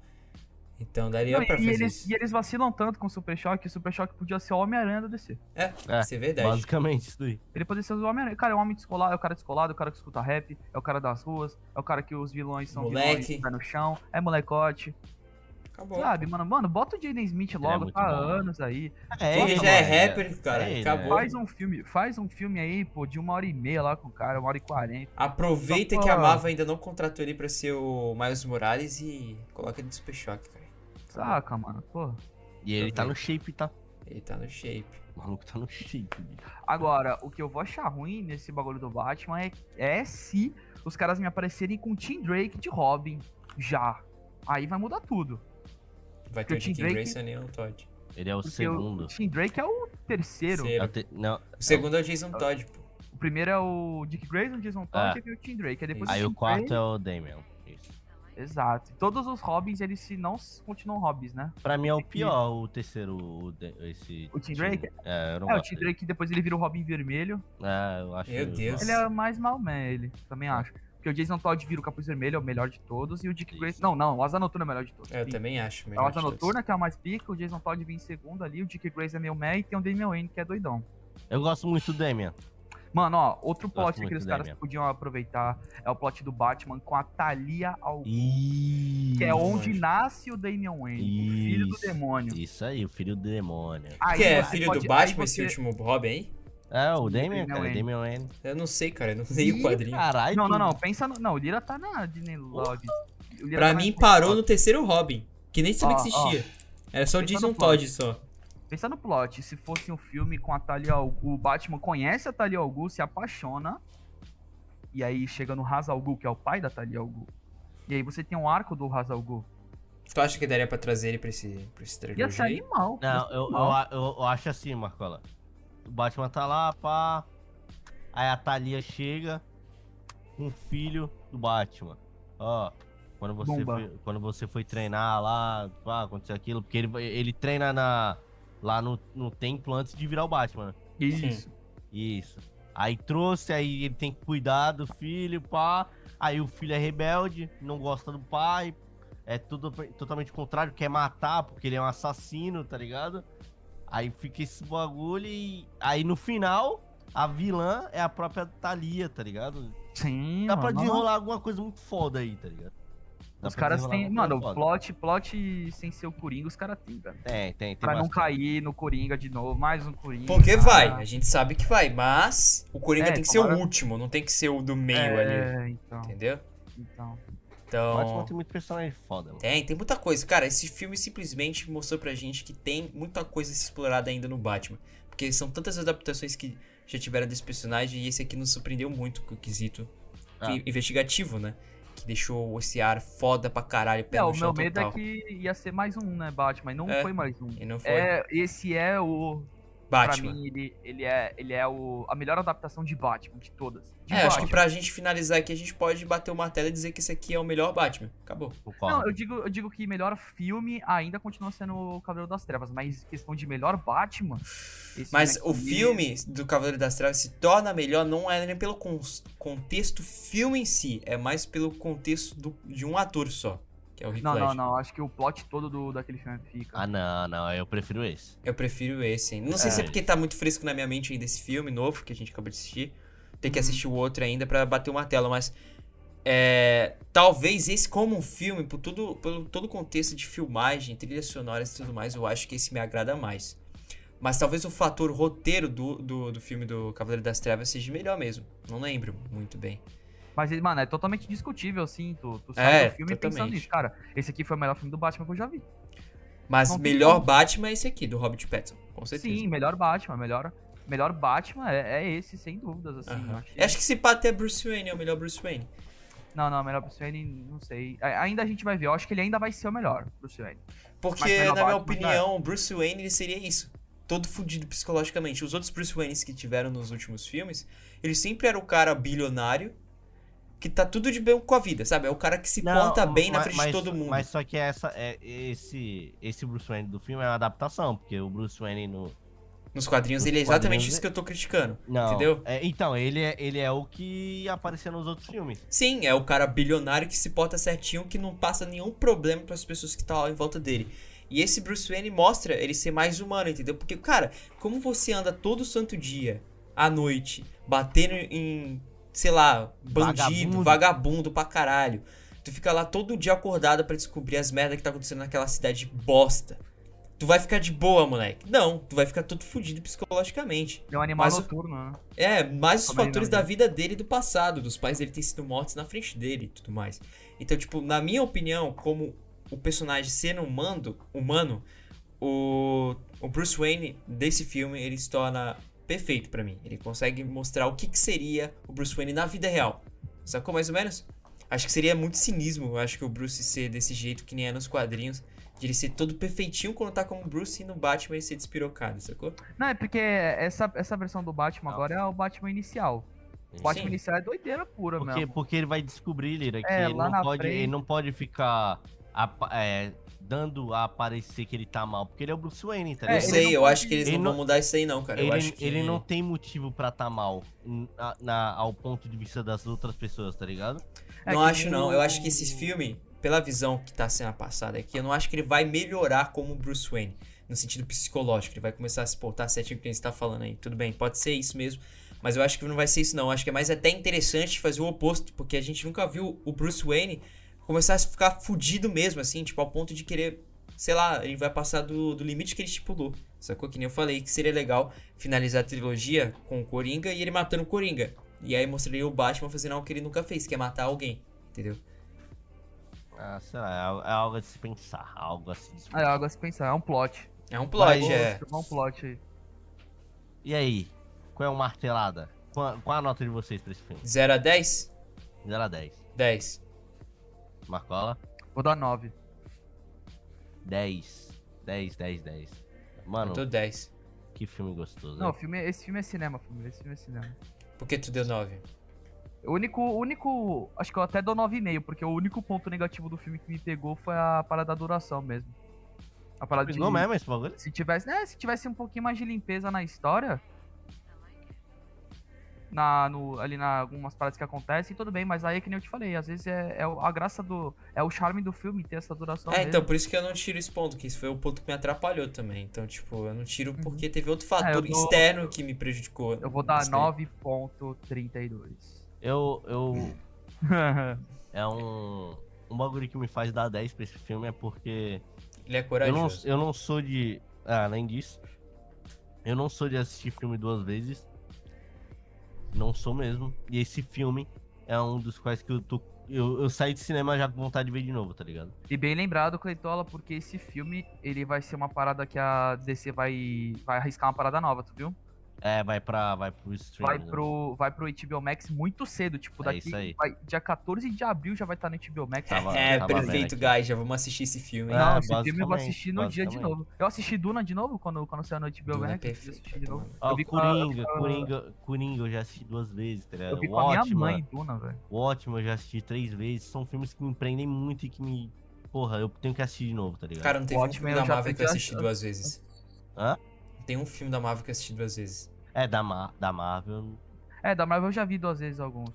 S2: Então daria
S1: Não,
S2: pra
S1: e,
S2: fazer
S1: eles,
S2: isso.
S1: e eles vacilam tanto com o Super Shock que o Super Shock podia ser o Homem-Aranha do DC.
S2: É, isso é verdade.
S3: Basicamente isso daí.
S1: Ele poderia ser o Homem-Aranha. Cara, é um homem descolado, é o cara descolado, é o cara que escuta rap, é o cara das ruas, é o cara que os vilões são
S2: Moleque.
S1: vilões, tá no chão, é molecote.
S2: Acabou.
S1: Sabe, mano? Mano, bota o Jaden Smith
S3: Ele é
S1: logo,
S3: muito
S1: tá há
S3: bom, né?
S1: anos aí.
S2: ele já é rapper, cara.
S3: É ele,
S2: acabou.
S1: Faz um filme, faz um filme aí, pô, de uma hora e meia lá com o cara, uma hora e quarenta.
S2: Aproveita
S1: Só
S2: que a
S1: pra-
S2: Marvel ainda não contratou ele pra ser o Miles Morales e coloca ele de Super Choque, cara.
S1: Saca, mano, pô.
S3: E ele tá no shape, tá?
S2: Ele tá no shape.
S3: O maluco tá no shape, bicho.
S1: Agora, o que eu vou achar ruim nesse bagulho do Batman é, é se os caras me aparecerem com o Tim Drake de Robin já. Aí vai mudar tudo.
S2: Vai
S1: Porque
S2: ter um o
S1: o Tim
S2: Dick
S1: Drake-
S2: Grayson e o né, Todd.
S3: Ele é o
S1: Porque
S3: segundo.
S1: o Tim Drake é o terceiro.
S2: Terceiro.
S3: É o te- Não,
S2: O segundo é o Jason
S1: tá
S2: Todd, pô.
S1: O primeiro é o Dick Grayson, Jason Todd e o Tim Drake. Aí depois
S2: Isso.
S3: É. aí
S1: Tim
S3: o quarto
S1: Drake-
S3: é o Damian. Isso.
S1: Exato. E Todos os Robins, eles se não se continuam Robins, né?
S3: Pra mim é o pior, o terceiro, o de- esse...
S1: O Tim Drake?
S3: É, eu não
S1: É, o
S3: gosto
S1: Tim
S3: dele.
S1: Drake depois ele vira o Robin vermelho.
S3: É, eu acho...
S2: Meu Deus.
S1: Ele é mais Malman, ele, também acho. Porque o Jason Todd vira o Capuz Vermelho, é o melhor de todos. E o Dick
S3: Isso.
S1: Grayson... Não, não, o Asa Noturna é o melhor de todos.
S2: É, Eu
S1: Sim.
S2: também acho.
S1: É o
S2: melhor
S1: Asa
S2: de todos.
S1: Noturna, que é a mais pica, o Jason Todd vem em segundo ali, o Dick Grayson é meio meh e tem o Damian Wayne, que é doidão.
S3: Eu gosto muito do Damian.
S1: Mano, ó, outro plot
S3: Gosto
S1: que
S3: muito
S1: aqueles
S3: do
S1: caras
S3: Damian.
S1: podiam aproveitar é o plot do Batman com a Thalia ao...
S3: Isso.
S1: que é onde
S2: anjo.
S1: nasce o Damian Wayne, o filho do
S3: Isso.
S1: demônio.
S3: Isso aí, o filho do demônio.
S1: Aí
S2: Que é
S1: você
S2: filho
S1: pode-
S2: do
S1: aí
S2: Batman, esse
S1: você-
S2: último Robin aí?
S3: É, o
S1: Sim,
S3: Damian,
S1: Damian
S3: cara,
S1: Wayne.
S3: Damian Wayne.
S2: Eu não sei, cara. Eu não sei o
S3: Ih,
S2: quadrinho.
S3: Caralho.
S1: Não, não, não,
S3: tu-
S1: pensa no... Não, o Lira tá na Disney Love. O Lira
S2: Pra
S1: tá na
S2: mim,
S1: Disney
S2: parou
S1: Love.
S2: no terceiro Robin. Que nem sabia
S1: Ó,
S2: que existia. Era só o
S1: Pensa
S2: Jason
S1: no plot.
S2: Todd só.
S1: Pensa no plot, se fosse um filme com a Talia al o Batman conhece a Talia al Ghul, se apaixona, e aí chega no Hazal Ghul, que é o pai da Talia al Ghul. E aí você tem um arco do Hazal Ghul.
S2: Tu acha que daria pra trazer ele pra esse, pra esse
S1: Ia ser
S2: trilogia aí?
S1: animal. ia
S3: Não,
S1: ser
S3: eu,
S1: animal.
S3: eu, eu- eu acho assim, Marcola. O Batman tá lá, pá. Aí a Thalia chega com o filho do Batman. Ó, quando você,
S1: Bomba.
S3: foi, quando você foi treinar lá, pá, aconteceu aquilo. Porque ele, ele treina na, lá no, no templo antes de virar o Batman, né?
S1: Isso.
S3: Isso. Aí trouxe, aí ele tem que cuidar do filho, pá. Aí o filho é rebelde, não gosta do pai. É tudo pe- totalmente contrário, quer matar porque ele é um assassino, tá ligado? Aí fica esse bagulho e aí no final a vilã é a própria Thalia, tá ligado?
S1: Sim,
S3: Dá pra
S1: mano.
S3: desenrolar alguma coisa muito foda aí, tá ligado? Dá
S1: Os
S3: pra
S1: caras
S3: desenrolar
S1: têm.
S3: alguma
S1: Mano,
S3: coisa foda.
S1: plot,
S3: É,
S1: plot sem ser o Coringa, os caras têm, velho.
S3: Tem, tem, tem.
S1: Pra não
S3: bastante.
S1: cair no Coringa de novo, mais um Coringa.
S2: Porque
S1: ah,
S2: vai, é a gente sabe que vai, mas o Coringa
S1: É,
S2: tem que ser o
S1: tomara-
S2: último, não tem que ser o do meio ali,
S1: É, então,
S2: entendeu?
S1: então.
S3: O
S2: Então.
S3: Batman tem muito personagem foda, mano.
S2: É, Tem, tem muita coisa. Cara, esse filme simplesmente mostrou pra gente que tem muita coisa a ser explorada ainda no Batman. Porque são tantas adaptações que já tiveram desse personagem e esse aqui nos surpreendeu muito com o quesito
S3: Ah.
S2: i- investigativo, né? Que deixou esse ar foda pra caralho, pé
S1: É,
S2: no
S1: o
S2: chão
S1: meu medo
S2: total.
S1: é que ia ser mais um, né, Batman? E não
S2: É.
S1: foi mais um.
S2: E não foi
S1: É, esse é o Pra
S2: Batman.
S1: mim, ele, ele é, ele é o, a melhor adaptação de Batman, de todas. De
S2: É, acho que
S1: Batman.
S2: pra gente finalizar aqui, a gente pode bater o martelo e dizer que esse aqui é o melhor Batman. Acabou.
S3: Concordo.
S1: Não, eu digo, eu digo que melhor filme ainda continua sendo o Cavaleiro das Trevas, mas questão de melhor Batman. esse
S2: Mas
S1: aqui-
S2: o filme do Cavaleiro das Trevas se torna melhor não é nem pelo cons- contexto filme em si, é mais pelo contexto do- de um ator só, que é o Heath
S1: Não, não,
S2: Ledger.
S1: não. Acho que o plot todo do, daquele filme é fica.
S3: Ah, não, não, eu prefiro esse.
S2: Eu prefiro esse ainda. Não sei se é
S3: É.
S2: porque tá muito fresco na minha mente ainda esse filme novo que a gente acabou de assistir. Tem que
S1: Uhum.
S2: assistir o outro ainda pra bater o martelo, mas é, talvez esse como um filme, por tudo, pelo todo o contexto de filmagem, trilhas sonoras e tudo mais, eu acho que esse me agrada mais. Mas talvez o fator roteiro do, do, do filme do Cavaleiro das Trevas seja melhor mesmo. Não lembro muito bem.
S1: Mas, ele, mano, é totalmente discutível, assim. Tu, tu
S2: É,
S1: sai do filme pensando
S2: totalmente.
S1: nisso, cara. Esse aqui foi o melhor filme do Batman que eu já vi.
S2: Mas
S1: Não tem
S2: melhor
S1: como.
S2: Batman é esse aqui, do Robert Pattinson, com certeza.
S1: Sim, melhor Batman, melhor, melhor Batman é, é esse, sem dúvidas, assim.
S2: Aham.
S1: eu acho que-
S2: Acho que esse pá até Bruce Wayne é o melhor Bruce Wayne.
S1: Não, não, melhor Bruce Wayne, não sei. A- Ainda a gente vai ver, eu acho que ele ainda vai ser o melhor, Bruce Wayne.
S2: Porque,
S1: Mas é. melhor
S2: na minha
S1: Batman,
S2: opinião, o Bruce Wayne ele seria isso. Todo fudido psicologicamente. Os outros Bruce Waynes que tiveram nos últimos filmes, ele sempre era o cara bilionário que tá tudo de bem com a vida, sabe? É o cara que se
S3: Não,
S2: porta bem na
S3: mas-
S2: frente
S3: mas-
S2: de todo mundo.
S3: Mas só que essa, é, esse, esse Bruce Wayne do filme é uma adaptação, porque o Bruce Wayne no.
S2: Nos quadrinhos,
S3: Nos
S2: ele é exatamente
S3: quadrinhos,
S2: isso
S3: né?
S2: que eu tô criticando.
S3: Não.
S2: Entendeu?
S3: É, então, ele é, ele é o que apareceu nos outros filmes.
S2: Sim, é o cara bilionário que se porta certinho, que não passa nenhum problema pras pessoas que tá lá em volta dele. E esse Bruce Wayne mostra ele ser mais humano, entendeu? Porque, cara, como você anda todo santo dia, à noite, batendo em, sei lá, bandido,
S3: Vagabundo.
S2: vagabundo pra caralho. Tu fica lá todo dia acordado pra descobrir as merdas que tá acontecendo naquela cidade bosta. Tu vai ficar de boa, moleque? Não, tu vai ficar todo fudido psicologicamente.
S1: Ele é um animal
S2: Mas o-
S1: noturno, né?
S2: É, mais os
S1: Também
S2: fatores
S1: não,
S2: da
S1: né?
S2: vida dele e do passado, dos pais dele terem sido mortos na frente dele e tudo mais. Então, tipo, na minha opinião, como o personagem sendo humano, humano o, o Bruce Wayne desse filme, ele se torna perfeito pra mim. Ele consegue mostrar o que, que seria o Bruce Wayne na vida real. Sacou mais ou menos? Acho que seria muito cinismo, eu acho que o Bruce ser desse jeito que nem é nos quadrinhos. De ele ser todo perfeitinho quando tá como Bruce e no Batman ele ser despirocado, sacou?
S1: Não, é porque essa, essa versão do Batman
S3: Não.
S1: agora é o Batman inicial. O Batman
S2: Ah. Sim.
S1: inicial é doideira pura,
S3: Porque,
S1: mesmo.
S3: porque ele vai descobrir, Lira, que
S1: É,
S3: ele,
S1: lá
S3: não
S1: na
S3: pode,
S1: frente-
S3: ele não pode ficar apa- é, dando a aparecer que ele tá mal, porque ele é o Bruce Wayne, tá
S1: É,
S2: não
S1: ele
S3: ligado?
S2: sei,
S1: não
S2: eu
S1: pode-
S2: acho que eles
S3: ele
S2: não,
S3: não-
S2: vão mudar isso aí, não, cara. eu
S3: Ele,
S2: acho que.
S3: ele não tem motivo pra tá mal na- na- ao ponto de vista das outras pessoas, tá ligado?
S1: É
S2: Não
S1: que
S2: acho,
S1: nem
S2: não.
S1: o-
S2: Eu acho que esse filme, pela visão que tá sendo passada aqui, eu não acho que ele vai melhorar como Bruce Wayne, no sentido psicológico. Ele vai começar a se portar certinho que a gente tá falando aí. Tudo bem, pode ser isso mesmo. Mas eu acho que não vai ser isso, não. Eu acho que é mais até interessante fazer o oposto, porque a gente nunca viu o Bruce Wayne começar a ficar fudido mesmo, assim, tipo, ao ponto de querer. Sei lá, ele vai passar do, do limite que ele estipulou. Sacou? Que nem eu falei que seria legal finalizar a trilogia com o Coringa e ele matando o Coringa. E aí mostraria o Batman fazendo algo que ele nunca fez, que é matar alguém. Entendeu?
S3: Ah, sei lá, é al- é algo a se pensar, algo a se discutir.
S1: É algo a se pensar, é um plot.
S2: É um plot,
S3: Mas-
S2: é.
S1: É um plot aí.
S3: E aí, qual é o martelada? Qual, qual a nota de vocês pra esse filme?
S2: 0 a 10?
S3: 0 a 10.
S2: 10.
S3: Marcola?
S1: Vou dar 9.
S3: 10. 10, 10, 10. Mano,
S2: Eu tô 10.
S3: que filme gostoso.
S1: Não,
S3: hein?
S1: filme, esse filme é cinema, filme, esse filme é cinema.
S2: Por que tu deu 9?
S1: O único, o único, acho que eu até dou 9,5, porque o único ponto negativo do filme que me pegou foi a parada da duração mesmo. A parada
S3: Pegou
S1: de...
S3: mesmo esse bagulho?
S1: Se tivesse, né, se tivesse um pouquinho mais de limpeza na história, na, no, ali na algumas paradas que acontecem, tudo bem, mas aí é que nem eu te falei, às vezes é, é o- a graça do, é o charme do filme ter essa duração
S2: É,
S1: mesmo.
S2: então, por isso que eu não tiro esse ponto, que isso foi o ponto que me atrapalhou também. Então, tipo, eu não tiro
S1: Uhum.
S2: porque teve outro fator
S1: dou-
S2: externo que me prejudicou.
S1: É, Eu vou dar
S2: Isso né? daí.
S1: 9.32.
S3: Eu. eu é um. Um bagulho que me faz dar 10 pra esse filme é porque.
S2: Ele é
S3: Eu não,
S2: corajoso.
S3: eu não sou de. ah, além disso, eu não sou de assistir filme duas vezes. Não sou mesmo. E esse filme é um dos quais que eu tô. Eu, eu saí de cinema já com vontade de ver de novo, tá ligado?
S1: E bem lembrado, Cleitola, porque esse filme, ele vai ser uma parada que a DC vai, vai arriscar uma parada nova, tu viu?
S3: É, vai pra. Vai pro stream.
S1: Vai pro, vai pro HBO Max muito cedo, tipo,
S3: né? É
S1: daqui,
S3: isso aí.
S1: vai- dia 14 de abril já vai estar no HBO Max.
S3: Tava-
S2: É,
S3: tava vendo
S2: perfeito,
S3: tá aqui.
S2: guys. Já vamos assistir esse filme. hein?
S3: Ah,
S1: Não, esse filme eu vou
S3: basicamente,
S1: assistir no dia de
S3: basicamente.
S1: novo. Eu assisti Duna de novo quando, quando saiu no HBO
S2: Duna é
S1: Max. eu assisti de
S2: perfeito.
S1: novo.
S2: mano.
S3: Ó,
S1: eu vi com a-
S3: Coringa,
S1: eu vi com a-
S3: Coringa, Coringa, eu já assisti duas vezes, tá ligado?
S1: Eu vi
S3: O
S1: com a minha
S3: Ótima,
S1: mãe Duna, velho.
S3: o Ótima, eu já assisti três vezes. São filmes que me prendem muito e que me. Porra, eu tenho que assistir de novo, tá ligado?
S2: Cara, não tem um
S1: Watchmen
S2: filme
S1: eu
S2: da
S1: já
S2: Marvel que
S1: perdi
S2: eu
S1: a
S2: assisti
S1: chance.
S2: duas vezes.
S3: Hã?
S2: Não Tem um filme da Marvel que eu assisti duas vezes.
S3: É, da, Mar da Marvel.
S1: É, da Marvel eu já vi duas vezes alguns.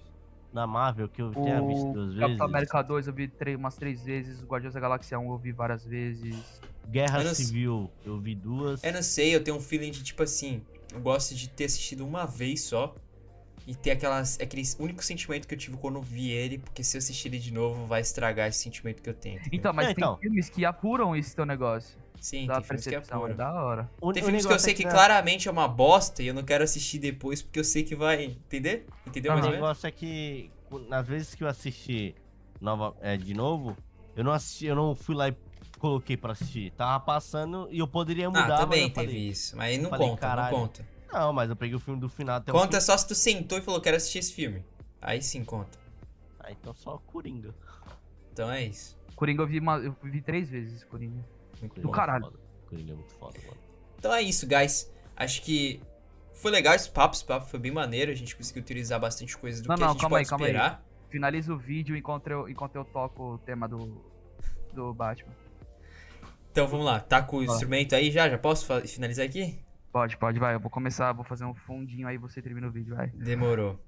S3: Da Marvel que eu tenha visto duas
S1: O
S3: vezes.
S1: Capitão América 2 eu vi três, umas três vezes. O Guardiões da Galáxia 1 eu vi várias vezes.
S3: Guerra
S2: Eu É, não sei.
S3: Civil, eu vi duas.
S2: Eu não sei, eu tenho um feeling de tipo assim, eu gosto de ter assistido uma vez só e ter aquelas, aquele único sentimento que eu tive quando vi ele, porque se eu assistir ele de novo, vai estragar esse sentimento que eu tenho. entendeu?
S1: Então, mas
S3: É, então.
S1: tem filmes que apuram esse teu negócio.
S2: Sim,
S1: da
S2: tem filmes que é
S1: percepção, é
S2: puro.
S1: da hora.
S3: O-
S2: Tem
S3: o
S2: filmes que eu
S3: negócio
S2: sei
S3: é
S2: que
S3: na-
S2: claramente é uma bosta e eu não quero assistir depois porque eu sei que vai. Entender? Entendeu mais
S3: O
S2: ou
S1: Aham.
S2: menos?
S3: negócio é que, nas vezes que eu assisti nova, é, de novo, eu não assisti, eu não fui lá e coloquei pra assistir. Tava passando e eu poderia
S2: Ah,
S3: mudar, mas
S2: também
S3: eu falei,
S2: teve isso. Mas não
S3: falei,
S2: conta,
S3: "Caralho, Então,
S2: não conta.
S3: não, mas eu peguei o filme do final até o
S2: Conta só se tu sentou e falou, quero assistir esse filme. Aí sim conta.
S3: final. Ah, então só Coringa.
S2: Então é isso.
S1: Coringa eu vi, uma- eu vi três vezes, Coringa.
S2: Muito
S3: Coringa
S2: bom.
S3: é
S1: caralho.
S3: foda. Coringa é muito foda, mano.
S2: Então é isso, guys. Acho que foi legal esse papo. Esse papo foi bem maneiro. A gente conseguiu utilizar bastante coisa do
S1: Não,
S2: que a
S1: não,
S2: gente
S1: calma
S2: pode
S1: aí, calma aí.
S2: esperar.
S1: Finaliza o vídeo enquanto eu, enquanto eu toco o tema do, do Batman.
S2: Então vamos lá. Tá com o
S1: Bora.
S2: instrumento aí já? Já posso fa- finalizar aqui?
S1: Pode, pode, vai. Eu vou começar, vou fazer um fundinho aí, você termina o vídeo, vai.
S2: Demorou.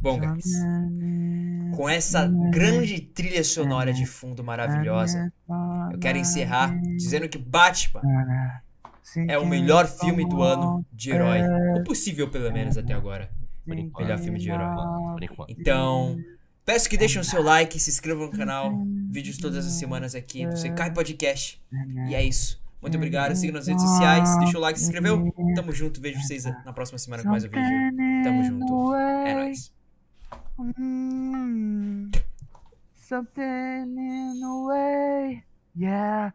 S2: Bom, guys.
S1: né?
S2: Com essa grande trilha sonora
S1: né?
S2: de fundo maravilhosa, eu quero encerrar dizendo que Batman é
S1: né?
S2: o melhor filme do ano de herói. O possível, pelo menos, até agora.
S3: Por enquanto.
S2: Melhor filme de herói.
S3: Por enquanto.
S2: Então, peço que deixem o seu like, se inscrevam no canal. Vídeos todas as semanas aqui no Secai Podcast. E é isso. Muito obrigado. Siga nas redes sociais. Deixa o like, se inscreveu. Tamo junto. Vejo vocês na próxima semana com mais um vídeo. Tamo junto. É nóis.
S1: Mm, something in the way. Yeah,